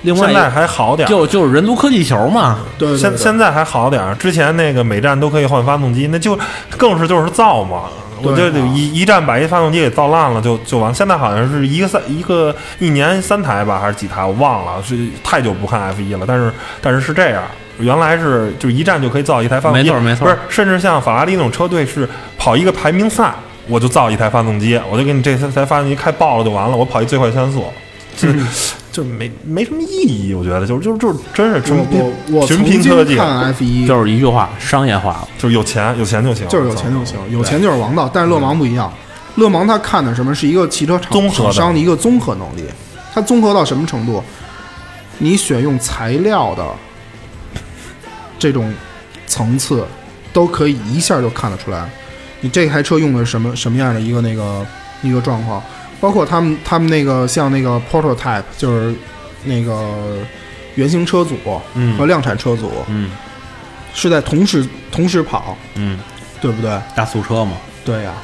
[SPEAKER 3] 另外
[SPEAKER 2] 现
[SPEAKER 3] 一
[SPEAKER 2] 在还好点儿。
[SPEAKER 3] 就就是人族科技球嘛。
[SPEAKER 4] 对对对
[SPEAKER 2] 现现在还好点儿，之前那个每站都可以换发动机，那就更是就是造嘛。我就
[SPEAKER 4] 对啊
[SPEAKER 2] 一一站把一发动机给造烂了就就完。现在好像是一个三一个一年三台吧，还是几台我忘了，是太久不看 F 一了。但是但是是这样，原来是就一站就可以造一台发动机，
[SPEAKER 3] 没错没错
[SPEAKER 2] 不是，甚至像法拉利那种车队是跑一个排名赛，我就造一台发动机，我就给你这台发动机开爆了就完了，我跑一最快圈速。这就没没什么意义，我觉得就是就是就是真是
[SPEAKER 4] 我
[SPEAKER 2] 纯拼
[SPEAKER 4] 我我
[SPEAKER 2] 纯
[SPEAKER 4] 曾
[SPEAKER 2] 拼科技
[SPEAKER 4] 经，看 F 一，
[SPEAKER 3] 就是一句话，商业化了。
[SPEAKER 2] 就是有钱，有钱就行，
[SPEAKER 4] 就是有钱就行，有钱就是王道。但是勒芒不一样，勒芒他看的什么是一个汽车厂
[SPEAKER 2] 嗯综合的
[SPEAKER 4] 厂商的一个综合能力，它综合到什么程度？你选用材料的这种层次，都可以一下就看得出来，你这台车用的是什么什么样的一个那个一个状况。包括他们他们那个像那个 prototype，就是那个原型车组
[SPEAKER 3] 嗯
[SPEAKER 4] 和量产车组、
[SPEAKER 3] 嗯
[SPEAKER 4] 是在同时同时跑，
[SPEAKER 3] 嗯，
[SPEAKER 4] 对不对？
[SPEAKER 3] 大素车嘛。
[SPEAKER 4] 对呀、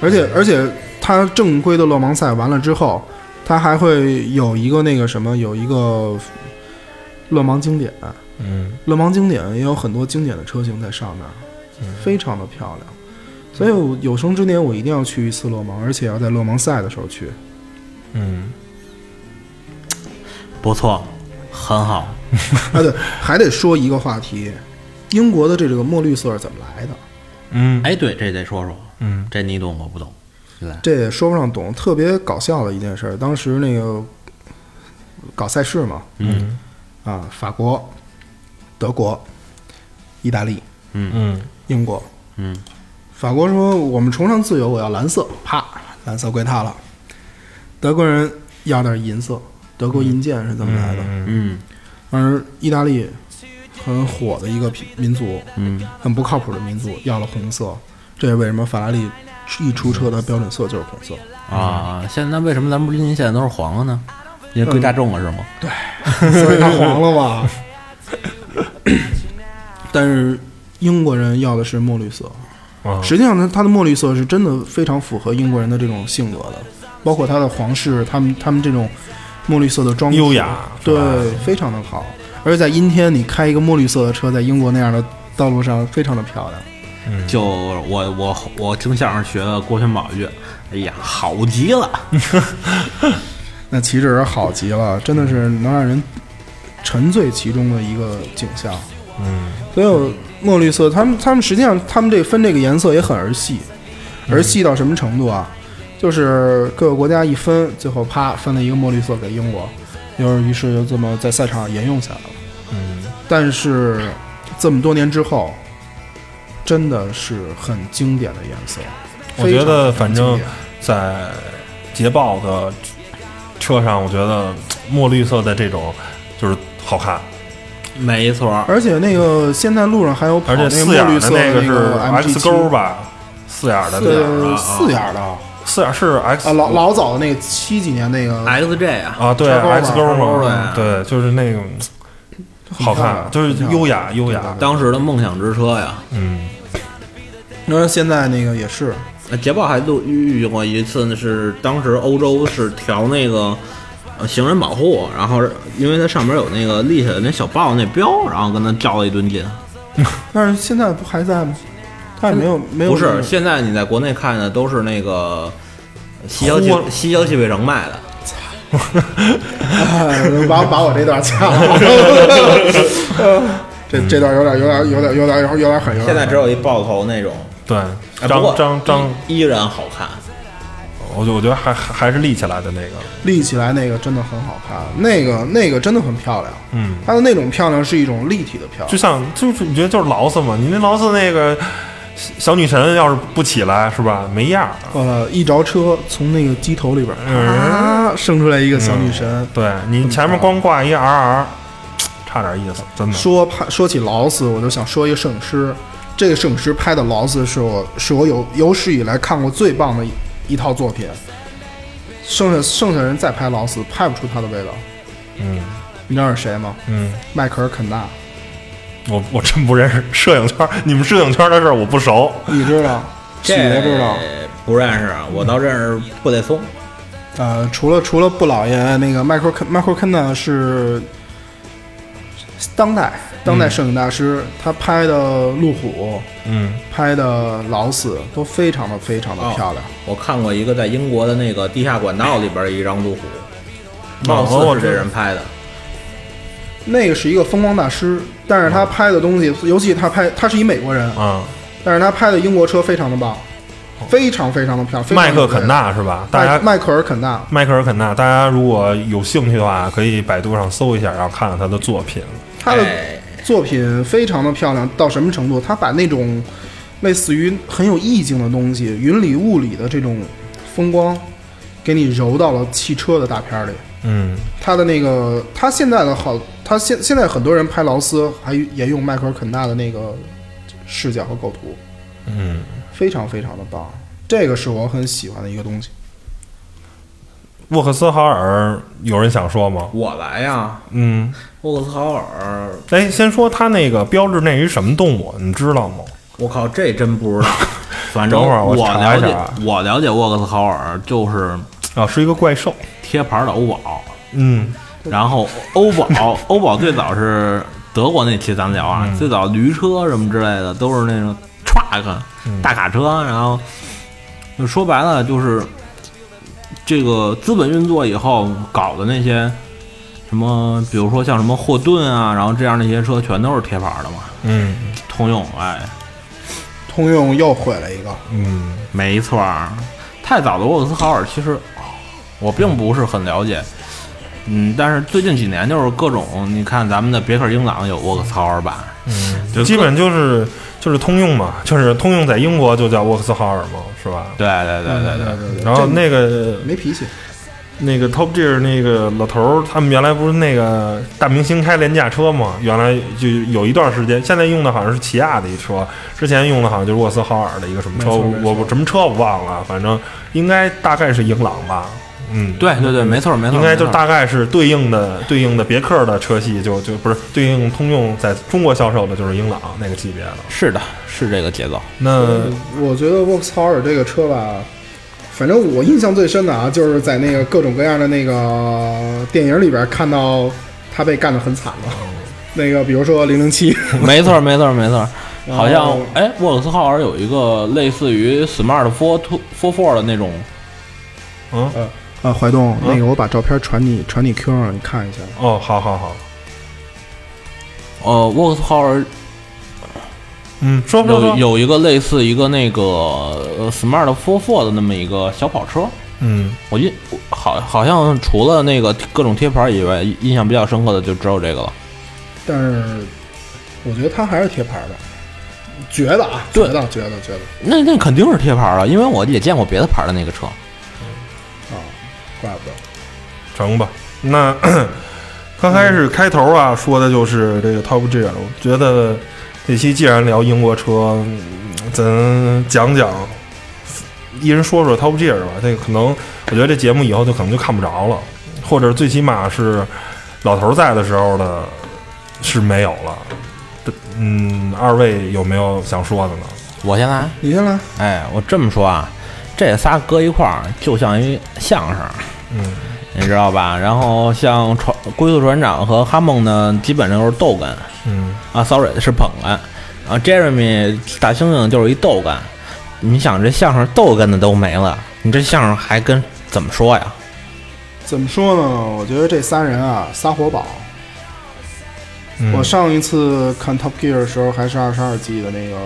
[SPEAKER 4] 而且而且它正规的勒芒赛完了之后，它还会有一个那个什么，有一个勒芒经典，
[SPEAKER 2] 嗯，
[SPEAKER 4] 勒芒经典也有很多经典的车型在上面，非常的漂亮。所以我有生之年我一定要去一次勒芒，而且要在勒芒赛的时候去。
[SPEAKER 2] 嗯
[SPEAKER 3] 不错，很好。
[SPEAKER 4] 啊，对，还得说一个话题，英国的这个墨绿色是怎么来的？
[SPEAKER 2] 嗯
[SPEAKER 3] 哎，对，这得说说，
[SPEAKER 2] 嗯，
[SPEAKER 3] 这你懂我不懂。对，
[SPEAKER 4] 这也说不上懂，特别搞笑的一件事儿。当时那个搞赛事嘛，
[SPEAKER 3] 嗯
[SPEAKER 4] 啊，法国、德国、意大利、
[SPEAKER 2] 嗯
[SPEAKER 4] 英国，
[SPEAKER 3] 嗯，
[SPEAKER 4] 法国说我们崇尚自由，我要蓝色，啪，蓝色归他了。德国人要点银色，德国银剑是怎么来的？
[SPEAKER 3] 嗯
[SPEAKER 4] 而意大利很火的一个民民族，
[SPEAKER 3] 嗯，
[SPEAKER 4] 很不靠谱的民族，要了红色。这也为什么法拉利一出车的标准色就是红色。
[SPEAKER 3] 啊，现在为什么兰博基尼现在都是黄的呢？因为归大众了是吗？
[SPEAKER 4] 所 以它黄了吧？ 但是英国人要的是墨绿色，
[SPEAKER 2] 啊
[SPEAKER 4] 实际上呢，它的墨绿色是真的非常符合英国人的这种性格的，包括它的皇室，他们他们这种墨绿色的装饰
[SPEAKER 2] 优雅
[SPEAKER 4] 对
[SPEAKER 2] 是吧，
[SPEAKER 4] 非常的好。而且在阴天，你开一个墨绿色的车，在英国那样的道路上，非常的漂亮。
[SPEAKER 3] 就我我我听相声学了郭全宝一句，哎呀，好极了。
[SPEAKER 4] 那岂止是好极了，真的是
[SPEAKER 2] 嗯
[SPEAKER 4] 能让人沉醉其中的一个景象。
[SPEAKER 2] 嗯
[SPEAKER 4] 所有墨绿色，他们他们实际上他们这分这个颜色也很儿戏，
[SPEAKER 2] 嗯
[SPEAKER 4] 儿戏到什么程度啊？就是各个国家一分，最后啪分了一个墨绿色给英国，就是于是就这么在赛场上沿用下来了。
[SPEAKER 2] 嗯
[SPEAKER 4] 但是这么多年之后，真的是很经典的颜色。
[SPEAKER 2] 我觉得反正
[SPEAKER 4] 哎非常经典
[SPEAKER 2] 在捷豹的车上，我觉得墨绿色的这种就是好看，
[SPEAKER 3] 没错儿，
[SPEAKER 4] 而且那个现在路上还有跑
[SPEAKER 2] 而且
[SPEAKER 4] 哦那
[SPEAKER 2] 四眼
[SPEAKER 4] 墨
[SPEAKER 2] 儿的
[SPEAKER 4] 绿色的
[SPEAKER 2] 个
[SPEAKER 4] 那
[SPEAKER 2] 是 X 勾
[SPEAKER 4] MG7
[SPEAKER 2] 吧？四眼儿的啊嗯那个
[SPEAKER 4] 四四眼儿的
[SPEAKER 2] 四眼儿是 X
[SPEAKER 4] 啊，老老早的那个七几年那个
[SPEAKER 3] XJ 啊，
[SPEAKER 2] 啊，对
[SPEAKER 4] 叉勾嘛
[SPEAKER 2] X 勾
[SPEAKER 3] 叉勾的
[SPEAKER 2] 嘛，对，就是那个好看，就是优雅优雅，
[SPEAKER 3] 当时的梦想之车呀。
[SPEAKER 2] 嗯
[SPEAKER 4] 你说现在那个也是，
[SPEAKER 3] 那捷豹还都遇遇见过一次，那是当时欧洲是调那个呃行人保护，然后因为它上面有那个立下的那小豹那标，然后跟他较了一顿劲。
[SPEAKER 4] 但是现在不还在吗？他也没有没有
[SPEAKER 3] 不
[SPEAKER 4] 那
[SPEAKER 3] 是，
[SPEAKER 4] 个
[SPEAKER 3] 现在你在国内看的都是那个西郊西
[SPEAKER 2] 嚯
[SPEAKER 3] 西郊汽配城卖的，
[SPEAKER 4] 哎 把把我这段掐了。 这这段有点有点有点有点有点有点
[SPEAKER 2] 嗯
[SPEAKER 4] 狠，有点狠
[SPEAKER 3] 现在只有一爆头那种，
[SPEAKER 2] 对，
[SPEAKER 3] 哎不过
[SPEAKER 2] 张张张，
[SPEAKER 3] 依然好看。
[SPEAKER 2] 我就我觉得还还还是立起来的那个，
[SPEAKER 4] 立起来那个真的很好看，那个那个真的很漂亮。
[SPEAKER 2] 嗯，
[SPEAKER 4] 它的那种漂亮是一种立体的漂
[SPEAKER 2] 就
[SPEAKER 4] 亮，
[SPEAKER 2] 像就是你觉得就是劳斯嘛，你那劳斯那个小小女神要是不起来是吧，没样儿。
[SPEAKER 4] 呃，一着车从那个机头里边啊生出来一个小女神。
[SPEAKER 2] 对你前面光挂一 RR，差点意思，真的。
[SPEAKER 4] 说拍说起劳斯，我就想说一个摄影师，这个摄影师拍的劳斯是我是我有有史以来看过最棒的一一套作品。剩下剩下人再拍劳斯，拍不出它的味道。
[SPEAKER 2] 嗯
[SPEAKER 4] 你知道是谁吗？
[SPEAKER 2] 嗯，
[SPEAKER 4] 迈克尔肯纳，
[SPEAKER 2] 我我真不认识摄影圈儿，你们摄影圈儿的事儿我不熟。
[SPEAKER 4] 你知道？许爷知道？
[SPEAKER 3] 不认识，啊我倒认识布列松。
[SPEAKER 4] 呃，除了除了布老爷，那个迈克尔肯迈克尔肯纳是当代当代摄影大师，他拍的路虎，
[SPEAKER 2] 嗯，哦
[SPEAKER 4] 拍的劳斯都非常的非常的漂亮。
[SPEAKER 3] 我看过一个在英国的那个地下管道里边一张路虎，貌
[SPEAKER 2] 我
[SPEAKER 3] 似是
[SPEAKER 2] 知
[SPEAKER 3] 这人拍的。
[SPEAKER 4] 那个是一个风光大师，但
[SPEAKER 2] 哦
[SPEAKER 4] 是他拍的东西，尤其他拍，他是一美国人，
[SPEAKER 2] 啊，
[SPEAKER 4] 但是他拍的英国车非常的棒，非常非常的漂亮。非常
[SPEAKER 2] 哦迈
[SPEAKER 4] 的
[SPEAKER 2] 克
[SPEAKER 4] 美
[SPEAKER 2] 肯纳是吧？大
[SPEAKER 4] 迈
[SPEAKER 2] 家
[SPEAKER 4] 迈克尔肯纳，
[SPEAKER 2] 迈克尔肯纳，大家如果有兴趣的话，可以百度上搜一下，然后看看他的作品。
[SPEAKER 4] 他的
[SPEAKER 3] 哎
[SPEAKER 4] 作品非常的漂亮，到什么程度？他把那种类似于很有意境的东西，云里雾里的这种风光，给你揉到了汽车的大片儿里。
[SPEAKER 2] 嗯，
[SPEAKER 4] 他的那个，他现在的好，他现现在很多人拍劳斯还沿用迈克尔肯纳的那个视角和构图，
[SPEAKER 2] 嗯，
[SPEAKER 4] 非常非常的棒。这个是我很喜欢的一个东西。
[SPEAKER 2] 沃克斯豪尔有人想说吗？
[SPEAKER 3] 我来呀，
[SPEAKER 2] 嗯，
[SPEAKER 3] 沃克斯豪尔，
[SPEAKER 2] 哎，先说他那个标志那是什么动物，你知道吗？
[SPEAKER 3] 我靠，这真 不知道。反正
[SPEAKER 2] 等会儿我
[SPEAKER 3] 我
[SPEAKER 2] 查
[SPEAKER 3] 了
[SPEAKER 2] 一下
[SPEAKER 3] 解
[SPEAKER 2] 啊，
[SPEAKER 3] 我了解沃克斯豪尔就是
[SPEAKER 2] 啊，是一个怪兽。
[SPEAKER 3] 贴牌的欧宝，
[SPEAKER 2] 嗯，
[SPEAKER 3] 然后欧宝，欧宝最早是德国那期咱聊啊，最早驴车什么之类的都是那种 truck 大卡车，然后就说白了就是这个资本运作以后搞的那些什么，比如说像什么霍顿啊，然后这样那些车全都是贴牌的嘛，
[SPEAKER 2] 嗯
[SPEAKER 3] 通用哎，
[SPEAKER 4] 通用又毁了一个，
[SPEAKER 2] 嗯，
[SPEAKER 3] 没错儿，太早的沃克斯豪尔其实我并不是很了解，嗯，但是最近几年就是各种，你看咱们的别克英朗有沃克斯豪尔版，就
[SPEAKER 2] 嗯基本就是就是通用嘛，就是通用在英国就叫沃克斯豪尔嘛，是吧？
[SPEAKER 3] 对对对对对，
[SPEAKER 4] 对
[SPEAKER 2] 然后那个
[SPEAKER 4] 没脾气，
[SPEAKER 2] 那个 Top Gear 那个老头儿，他们原来不是那个大明星开廉价车嘛？原来就有一段时间，现在用的好像是起亚的一车，之前用的好像就是沃斯豪尔的一个什么车，
[SPEAKER 4] 没错没错
[SPEAKER 2] 我我什么车我忘了，反正应该大概是英朗吧，嗯，
[SPEAKER 3] 对对对，没错没错，
[SPEAKER 2] 应该就
[SPEAKER 3] 没错
[SPEAKER 2] 大概是对应的对应的别克的车系，就就不是对应通用在中国销售的就是英朗那个级别的。
[SPEAKER 3] 是的，是这个节奏，
[SPEAKER 2] 那
[SPEAKER 4] 我觉得沃克斯豪尔这个车吧，反正我印象最深的啊，就是在那个各种各样的那个电影里边看到他被干得很惨了。那个比如说零零七，
[SPEAKER 3] 没错没错没错，
[SPEAKER 2] 嗯
[SPEAKER 4] 然后
[SPEAKER 3] 好像
[SPEAKER 2] 哦
[SPEAKER 3] 哎，沃克斯豪尔有一个类似于 Smart Four Two Four Four 的那种，
[SPEAKER 2] 嗯
[SPEAKER 4] 啊，怀东，那个我把照片传你传你 Q 上，你看一下。
[SPEAKER 2] 哦，好好好，
[SPEAKER 3] 呃，沃克斯豪尔
[SPEAKER 2] 嗯，说说
[SPEAKER 3] 有
[SPEAKER 2] 说，
[SPEAKER 3] 有一个类似一个那个呃 Smart Four Four 的那么一个小跑车，
[SPEAKER 2] 嗯
[SPEAKER 3] 我印我好好像除了那个各种贴牌以外，印象比较深刻的就只有这个了。
[SPEAKER 4] 但是我觉得他还是贴牌的，觉得啊，觉
[SPEAKER 3] 对
[SPEAKER 4] 得觉得觉得
[SPEAKER 3] 那那肯定是贴牌了，因为我也见过别的牌的那个车。
[SPEAKER 4] 啊，怪不得。
[SPEAKER 2] 成吧。那 刚开始开头啊，说的就是这个 Top Gear 了。我觉得这期既然聊英国车，嗯咱讲讲，一人说说 Top Gear 吧。这个可能，我觉得这节目以后就可能就看不着了，或者最起码是老头儿在的时候的是没有了。嗯，二位有没有想说的呢？
[SPEAKER 3] 我先来，
[SPEAKER 4] 你先来，
[SPEAKER 3] 哎，我这么说啊，这仨搁一块儿就像一相声，
[SPEAKER 2] 嗯，
[SPEAKER 3] 你知道吧？然后像船龟速船长和哈蒙呢，基本上都是逗哏
[SPEAKER 2] 嗯，
[SPEAKER 3] 啊，sorry 是捧哏啊，Jeremy 大猩猩就是一逗哏。你想这相声逗哏的都没了，你这相声还跟怎么说呀？
[SPEAKER 4] 怎么说呢？我觉得这仨人啊，仨活宝。
[SPEAKER 2] 嗯
[SPEAKER 4] 我上一次看 Top Gear 的时候，还是二十二季的那个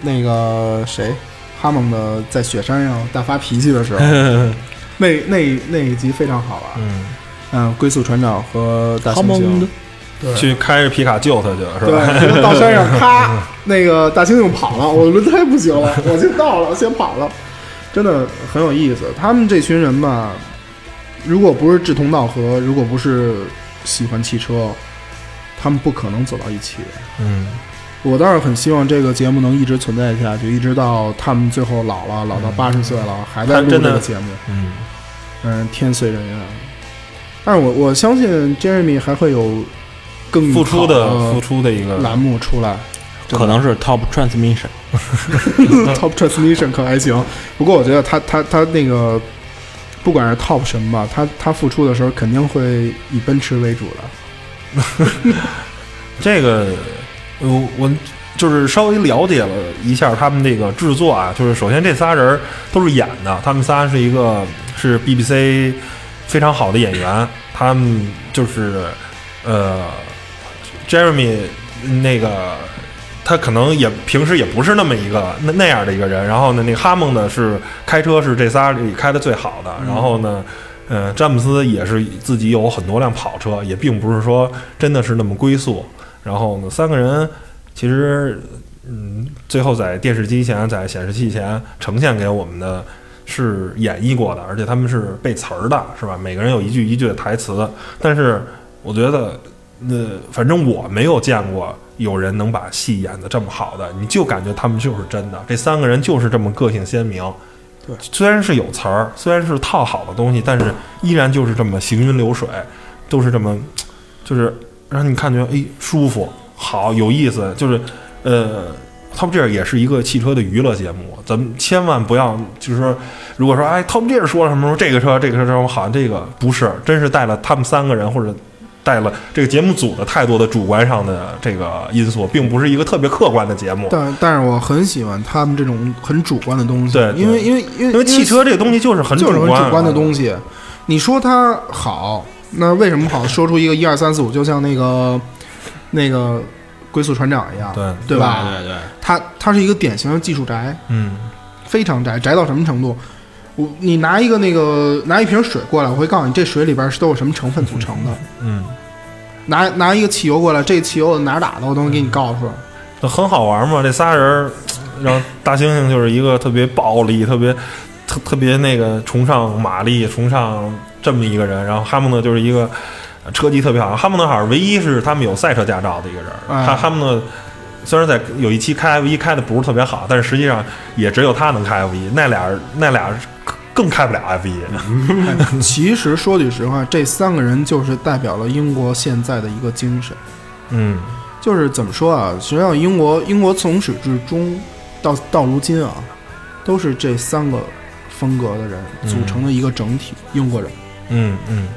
[SPEAKER 4] 那个谁，哈蒙的在雪山上大发脾气的 时候，那那那一集非常好玩。
[SPEAKER 2] 嗯，
[SPEAKER 4] 嗯，龟速船长和大
[SPEAKER 3] 哈
[SPEAKER 4] 猩
[SPEAKER 3] 蒙
[SPEAKER 4] 猩
[SPEAKER 3] 的，
[SPEAKER 4] 对
[SPEAKER 2] 去开着皮卡救他去了是吧？
[SPEAKER 4] 对，到山上咔，那个大猩猩跑了，我轮胎不行了，我先到了，先跑了，真的很有意思。他们这群人吧，如果不是志同道合，如果不是喜欢汽车，他们不可能走到一起。
[SPEAKER 2] 嗯
[SPEAKER 4] 我倒是很希望这个节目能一直存在下去，一直到他们最后老了，老到八十岁了，还
[SPEAKER 2] 嗯
[SPEAKER 4] 在
[SPEAKER 2] 他
[SPEAKER 4] 录这
[SPEAKER 2] 真的
[SPEAKER 4] 个节目。
[SPEAKER 2] 嗯，
[SPEAKER 4] 嗯，天随人愿。但是我我相信 Jeremy 还会有更嗯
[SPEAKER 2] 付出
[SPEAKER 4] 好
[SPEAKER 2] 的付出的一个
[SPEAKER 4] 栏目出来。真的
[SPEAKER 3] 可能是 Top Transmission。
[SPEAKER 2] 嗯
[SPEAKER 4] Top Transmission 可还行，不过我觉得他他他那个不管是 Top 什么吧，他他付出的时候肯定会以奔驰为主的。
[SPEAKER 2] 这个，我我就是稍微了解了一下他们这个制作啊，就是首先这仨人都是演的，他们仨是一个是 BBC 非常好的演员，他们就是呃，Jeremy 那个。他可能也平时也不是那么一个那那样的一个人，然后呢，那个哈蒙呢是开车是这仨里开的最好的，然后呢，呃，詹姆斯也是自己有很多辆跑车，也并不是说真的是那么龟速。然后呢，三个人其实，嗯，最后在电视机前、在显示器前呈现给我们的是演绎过的，而且他们是背词儿的，是吧？每个人有一句一句的台词。但是我觉得，呃，反正我没有见过有人能把戏演得这么好的，你就感觉他们就是真的，这三个人就是这么个性鲜明。
[SPEAKER 4] 对
[SPEAKER 2] 虽然是有词儿，虽然是套好的东西，但是依然就是这么行云流水，都是这么，就是让你感觉哎舒服、好、有意思。就是呃，Top Gear 也是一个汽车的娱乐节目，咱们千万不要就是说，如果说哎 Top Gear 说了什么说这个车、这个车、这个车，好像这个不是，真是带了他们三个人或者。带了这个节目组的太多的主观上的这个因素，并不是一个特别客观的节目。
[SPEAKER 4] 但但是我很喜欢他们这种很主观的东西，
[SPEAKER 2] 对对
[SPEAKER 4] 因为因为因为
[SPEAKER 2] 因为汽车这个东西就是很
[SPEAKER 4] 就是很
[SPEAKER 2] 观啊
[SPEAKER 4] 主观的
[SPEAKER 2] 西。
[SPEAKER 4] 东西。你说它好，那为什么好？说出一个一二三四五，就像那个那个龟速船长一样，
[SPEAKER 2] 对，
[SPEAKER 4] 对吧？
[SPEAKER 3] 对对，
[SPEAKER 4] 他他是一个典型的技术宅，
[SPEAKER 2] 嗯，
[SPEAKER 4] 非常窄，窄到什么程度？我你拿一个那个拿一瓶水过来，我会告诉你这水里边是都有什么成分组成的。
[SPEAKER 2] 嗯，
[SPEAKER 4] 拿拿一个汽油过来，这汽油哪儿打的我都能给你告诉。
[SPEAKER 2] 那很好玩嘛。这仨人儿，然后大猩猩就是一个特别暴力、特别特特别那个崇尚马力、崇尚这么一个人，然后哈姆呢就是一个呃车技特别好。哈姆呢好像唯一是他们有赛车驾照的一个人，
[SPEAKER 4] 啊
[SPEAKER 2] 哈哈姆呢。虽然在有一期开 F 一开的不是特别好，但是实际上也只有他能开 F 一，那俩人那俩人更开不了 F 一。
[SPEAKER 4] 其实说句实话，这三个人就是代表了英国现在的一个精神，
[SPEAKER 2] 嗯
[SPEAKER 4] 就是怎么说啊？实际上，英国英国从始至终到到如今啊，都是这三个风格的人组成的一个整体。英国人，
[SPEAKER 2] 嗯嗯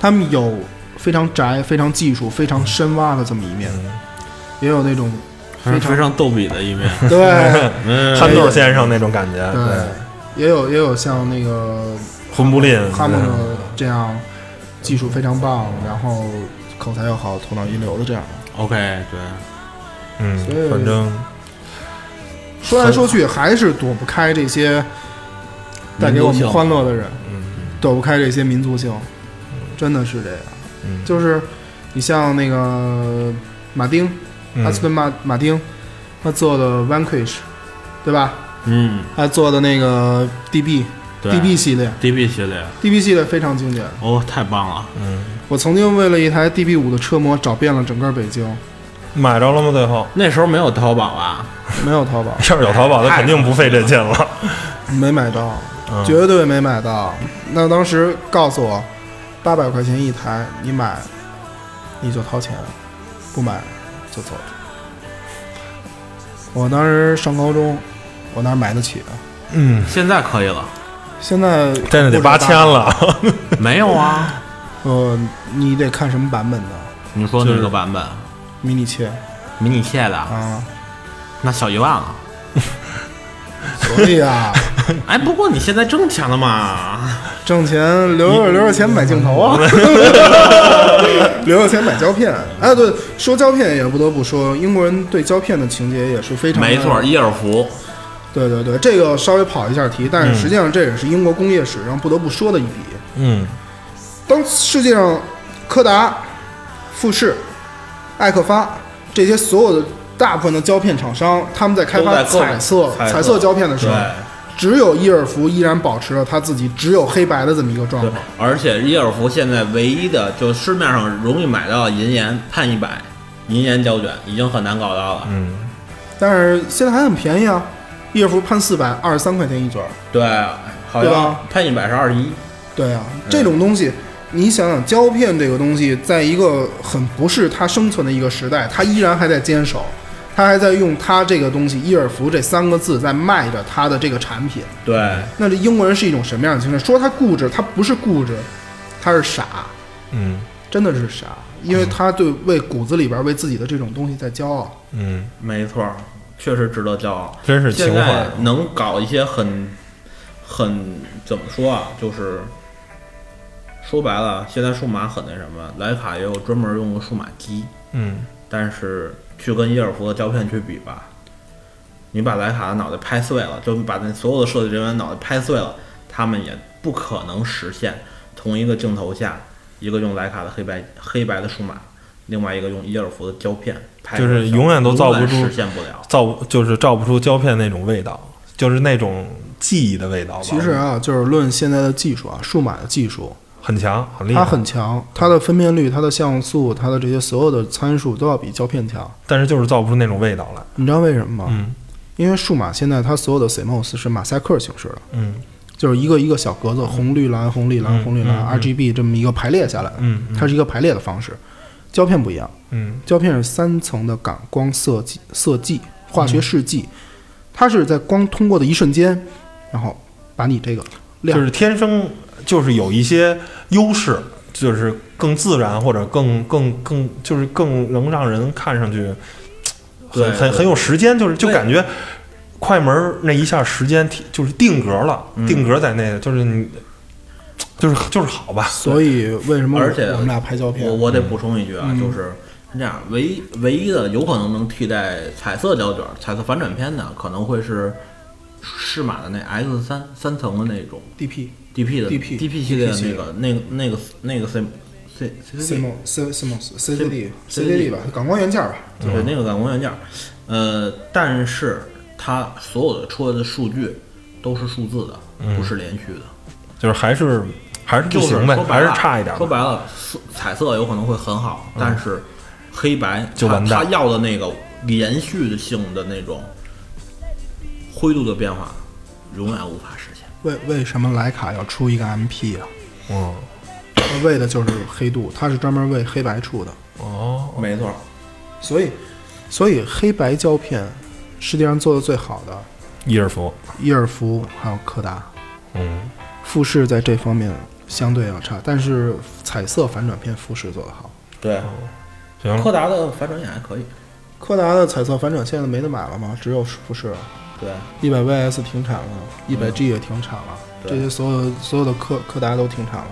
[SPEAKER 4] 他们有非常宅、非常技术、非常深挖的这么一面，
[SPEAKER 2] 嗯，
[SPEAKER 4] 也有那种非常
[SPEAKER 3] 非常逗比的 一面。
[SPEAKER 4] 对
[SPEAKER 3] 嗯，
[SPEAKER 2] 憨豆先生那种感觉，
[SPEAKER 4] 呃对，也有也有像那个
[SPEAKER 2] 魂不吝，
[SPEAKER 4] 哈姆
[SPEAKER 2] 嗯
[SPEAKER 4] 的这样，技术非常棒，然后口才又好，头脑一流的这样。
[SPEAKER 3] OK，对，
[SPEAKER 2] 嗯
[SPEAKER 4] 所以，
[SPEAKER 2] 反正
[SPEAKER 4] 说来说去还是躲不开这些带给我们欢乐的人，
[SPEAKER 2] 嗯
[SPEAKER 4] 躲不开这些民族性，真的是这样。
[SPEAKER 2] 嗯，
[SPEAKER 4] 就是你像那个马丁，阿斯
[SPEAKER 2] 嗯
[SPEAKER 4] 顿马马丁，他做的 Vanquish，对吧？
[SPEAKER 3] 嗯，
[SPEAKER 4] 他做的那个 DB
[SPEAKER 3] 对
[SPEAKER 4] DB 系列
[SPEAKER 3] DB 系列，
[SPEAKER 4] ，DB 系列非常经典。
[SPEAKER 3] 哦，太棒了！
[SPEAKER 2] 嗯，
[SPEAKER 4] 我曾经为了一台 DB 五的车模找遍了整 个北京，
[SPEAKER 2] 买着了吗？最后
[SPEAKER 3] 那时候没有淘宝啊，
[SPEAKER 4] 没有淘宝，
[SPEAKER 2] 要是有淘宝，他肯定不费这劲了。
[SPEAKER 4] 没买到，
[SPEAKER 2] 嗯
[SPEAKER 4] 绝对没买到。那当时告诉我，八百块钱一台，你买你就掏钱，不买就走。我当时上高中，我哪买得起啊？
[SPEAKER 2] 嗯，
[SPEAKER 3] 现在可以了。
[SPEAKER 4] 现在
[SPEAKER 2] 现在得八千了，
[SPEAKER 3] 没有啊？
[SPEAKER 4] 呃，你得看什么版本的
[SPEAKER 3] 你说哪个版本？
[SPEAKER 4] 迷你切
[SPEAKER 3] 迷你切的，
[SPEAKER 4] 啊，
[SPEAKER 3] 那小一万了。
[SPEAKER 4] 所以 啊，
[SPEAKER 3] 哎，不过你现在挣钱了嘛？
[SPEAKER 4] 挣钱留着留着钱买镜头啊， 留着钱买胶片。哎，对，说胶片也不得不说，英国人对胶片的情节也是非常的
[SPEAKER 3] 没错，伊尔福。
[SPEAKER 4] 对对对，这个稍微跑一下题，
[SPEAKER 3] 嗯
[SPEAKER 4] 但是实际上这也是英国工业史上不得不说的一笔。
[SPEAKER 2] 嗯，
[SPEAKER 4] 当世界上柯达、富士、艾克发这些所有的大部分的胶片厂商，他们在开发
[SPEAKER 3] 都在购买
[SPEAKER 4] 彩色
[SPEAKER 3] 彩色
[SPEAKER 4] 彩色胶片的时
[SPEAKER 3] 对
[SPEAKER 4] 候，只有伊尔福依然保持了他自己只有黑白的这么一个状
[SPEAKER 3] 对
[SPEAKER 4] 况。，
[SPEAKER 3] 而且伊尔福现在唯一的就市面上容易买到的银盐碳一百银盐胶卷已经很难搞到了。
[SPEAKER 4] 但是现在还很便宜啊，伊尔福潘四百二十三块钱一卷儿。
[SPEAKER 3] 对，好
[SPEAKER 4] 对
[SPEAKER 3] 像
[SPEAKER 4] 吧
[SPEAKER 3] 碳一百是二十一。
[SPEAKER 4] 对啊，这种东西，你想想胶片这个东西，在一个很不是它生存的一个时代，它依然还在坚守，它还在用它这个东西“伊尔福”这三个字在卖着它的这个产品。
[SPEAKER 3] 对，
[SPEAKER 4] 那这英国人是一种什么样的精神？说他固执，他不是固执，他是傻，
[SPEAKER 2] 嗯
[SPEAKER 4] 真的是傻，因为他对为骨子里边为自己的这种东西在骄傲。
[SPEAKER 2] 嗯，
[SPEAKER 3] 没错，确实值得骄傲。
[SPEAKER 2] 真是情
[SPEAKER 3] 现在
[SPEAKER 2] 怀。
[SPEAKER 3] 能搞一些很很怎么说啊？就是说白了，现在数码很那什么，徕卡也有专门用的数码机，
[SPEAKER 2] 嗯，
[SPEAKER 3] 但是去跟伊尔福的胶片去比吧，你把徕卡的脑袋拍碎了，就把那所有的设计人员脑袋拍碎了，他们也不可能实现同一个镜头下，一个用徕卡的黑白黑白的数码，另外一个用伊尔福的胶片拍出来的效果，
[SPEAKER 2] 就是永远都造不
[SPEAKER 3] 永远
[SPEAKER 2] 出
[SPEAKER 3] 实现不了。
[SPEAKER 2] 造不就是造不出胶片那种味道，就是那种记忆的味道吧。
[SPEAKER 4] 其实啊，就是论现在的技术啊，数码的技术，
[SPEAKER 2] 很强，很厉害，
[SPEAKER 4] 它很强，它的分辨率、它的像素、它的这些所有的参数都要比胶片强。
[SPEAKER 2] 但是就是造不出那种味道来。
[SPEAKER 4] 你知道为什么吗？
[SPEAKER 2] 嗯
[SPEAKER 4] 因为数码现在它所有的 CMOS 是马赛克形式的，
[SPEAKER 2] 嗯
[SPEAKER 4] 就是一个一个小格子，红绿蓝红绿蓝
[SPEAKER 2] 嗯
[SPEAKER 4] 红绿蓝
[SPEAKER 2] 嗯
[SPEAKER 4] RGB 这么一个排列下来，
[SPEAKER 2] 嗯
[SPEAKER 4] 它是一个排列的方式。胶片不一样，
[SPEAKER 2] 嗯
[SPEAKER 4] 胶片是三层的感光色剂色剂化
[SPEAKER 2] 嗯
[SPEAKER 4] 学试剂，它是在光通过的一瞬间，然后把你这个亮。
[SPEAKER 2] 就是天生就是有一些优势，就是更自然或者更更更就是更能让人看上去
[SPEAKER 3] 对
[SPEAKER 2] 很很很有时间，就是就
[SPEAKER 3] 对
[SPEAKER 2] 感觉快门儿那一下时间提就是定格了，定格在那个就是你就是就是好吧，
[SPEAKER 4] 所以为什么我
[SPEAKER 3] 而且
[SPEAKER 4] 我们俩拍
[SPEAKER 2] 嗯
[SPEAKER 4] 胶片
[SPEAKER 3] 我？我得补充一句啊，就是是这样，唯一唯一的有可能能替代彩色胶卷、彩色反转片的，可能会是适马的那 X 三三层的那种
[SPEAKER 4] DP
[SPEAKER 3] DP 的
[SPEAKER 4] DP
[SPEAKER 3] DP 系列的
[SPEAKER 4] 系
[SPEAKER 3] 那
[SPEAKER 4] 列
[SPEAKER 3] 个那个那个那个 C C C C
[SPEAKER 4] CMOS CMOS CCD
[SPEAKER 3] CCD
[SPEAKER 4] CCD 吧，感光元件吧。
[SPEAKER 3] 对那个感光元件儿，呃，但是它所有的出来的数据都是数字的，不是连续的。
[SPEAKER 2] 就是还是还是不
[SPEAKER 3] 就是
[SPEAKER 2] 嗯行呗
[SPEAKER 3] 说，白
[SPEAKER 2] 还是
[SPEAKER 3] 了
[SPEAKER 2] 差一点儿
[SPEAKER 3] 说
[SPEAKER 2] 吧。嗯
[SPEAKER 3] 白了，色彩色有可能会很好，但是黑白
[SPEAKER 2] 就
[SPEAKER 3] 它
[SPEAKER 2] 完蛋
[SPEAKER 3] 它要的那个连续的性的那种灰度的变化，永远无法实现。
[SPEAKER 4] 为为什么徕卡要出一个 MP 啊？
[SPEAKER 2] 嗯
[SPEAKER 4] 它为的就是黑度，它是专门为黑白出的。
[SPEAKER 2] 哦，
[SPEAKER 3] 没错，
[SPEAKER 4] 所以，所以黑白胶片世界上做的最好的，
[SPEAKER 2] 伊尔福，
[SPEAKER 4] 伊尔福还有柯达，
[SPEAKER 2] 嗯
[SPEAKER 4] 富士在这方面相对要差，但是彩色反转片富士做得好。
[SPEAKER 3] 对，
[SPEAKER 2] 哦行了
[SPEAKER 3] 柯达的反转也还可以。
[SPEAKER 4] 柯达的彩色反转现在没得买了吗？只有富士了。
[SPEAKER 3] 对，
[SPEAKER 4] 一百 VS 停产了，一百 G 也停产了，
[SPEAKER 3] 对
[SPEAKER 4] 这些所有所有的柯柯达都停产了，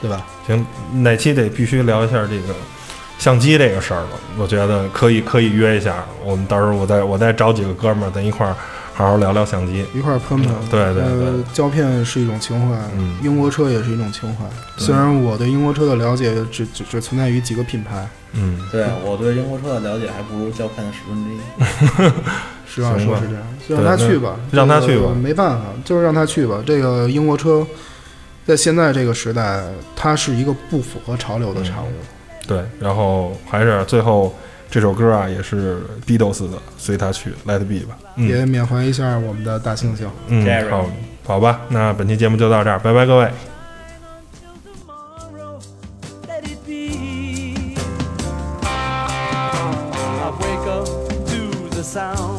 [SPEAKER 4] 对吧？
[SPEAKER 2] 行，哪期得必须聊一下这个相机这个事儿了。我觉得可以可以约一下，我们到时候我再我再找几个哥们儿，咱一块儿好好聊聊相机。
[SPEAKER 4] 一块儿喷喷。
[SPEAKER 2] 嗯对对
[SPEAKER 4] 呃
[SPEAKER 2] 对，
[SPEAKER 4] 胶片是一种情怀，
[SPEAKER 2] 嗯
[SPEAKER 4] 英国车也是一种情怀。
[SPEAKER 2] 对
[SPEAKER 4] 虽然我对英国车的了解只只只存在于几个品牌，
[SPEAKER 2] 嗯，
[SPEAKER 3] 对啊我对英国车的了解还不如胶片的十分之一。
[SPEAKER 4] 实话
[SPEAKER 2] 行
[SPEAKER 4] 说
[SPEAKER 2] 吧
[SPEAKER 4] 是这样，就让他
[SPEAKER 2] 对
[SPEAKER 4] 去吧，
[SPEAKER 2] 那让他去吧
[SPEAKER 4] 这个没办法，就是让他去吧。这个英国车在现在这个时代，它是一个不符合潮流的产物。
[SPEAKER 2] 对。然后还是最后这首歌啊，也是 Beatles 的，随他去，Let it be 吧。嗯
[SPEAKER 4] 也缅怀一下我们的大猩猩。
[SPEAKER 2] 嗯，
[SPEAKER 3] Jerry
[SPEAKER 2] 好，好吧，那本期节目就到这儿，拜拜各位。
[SPEAKER 5] till tomorrow. Let it be. I wake up to the sound. Oh,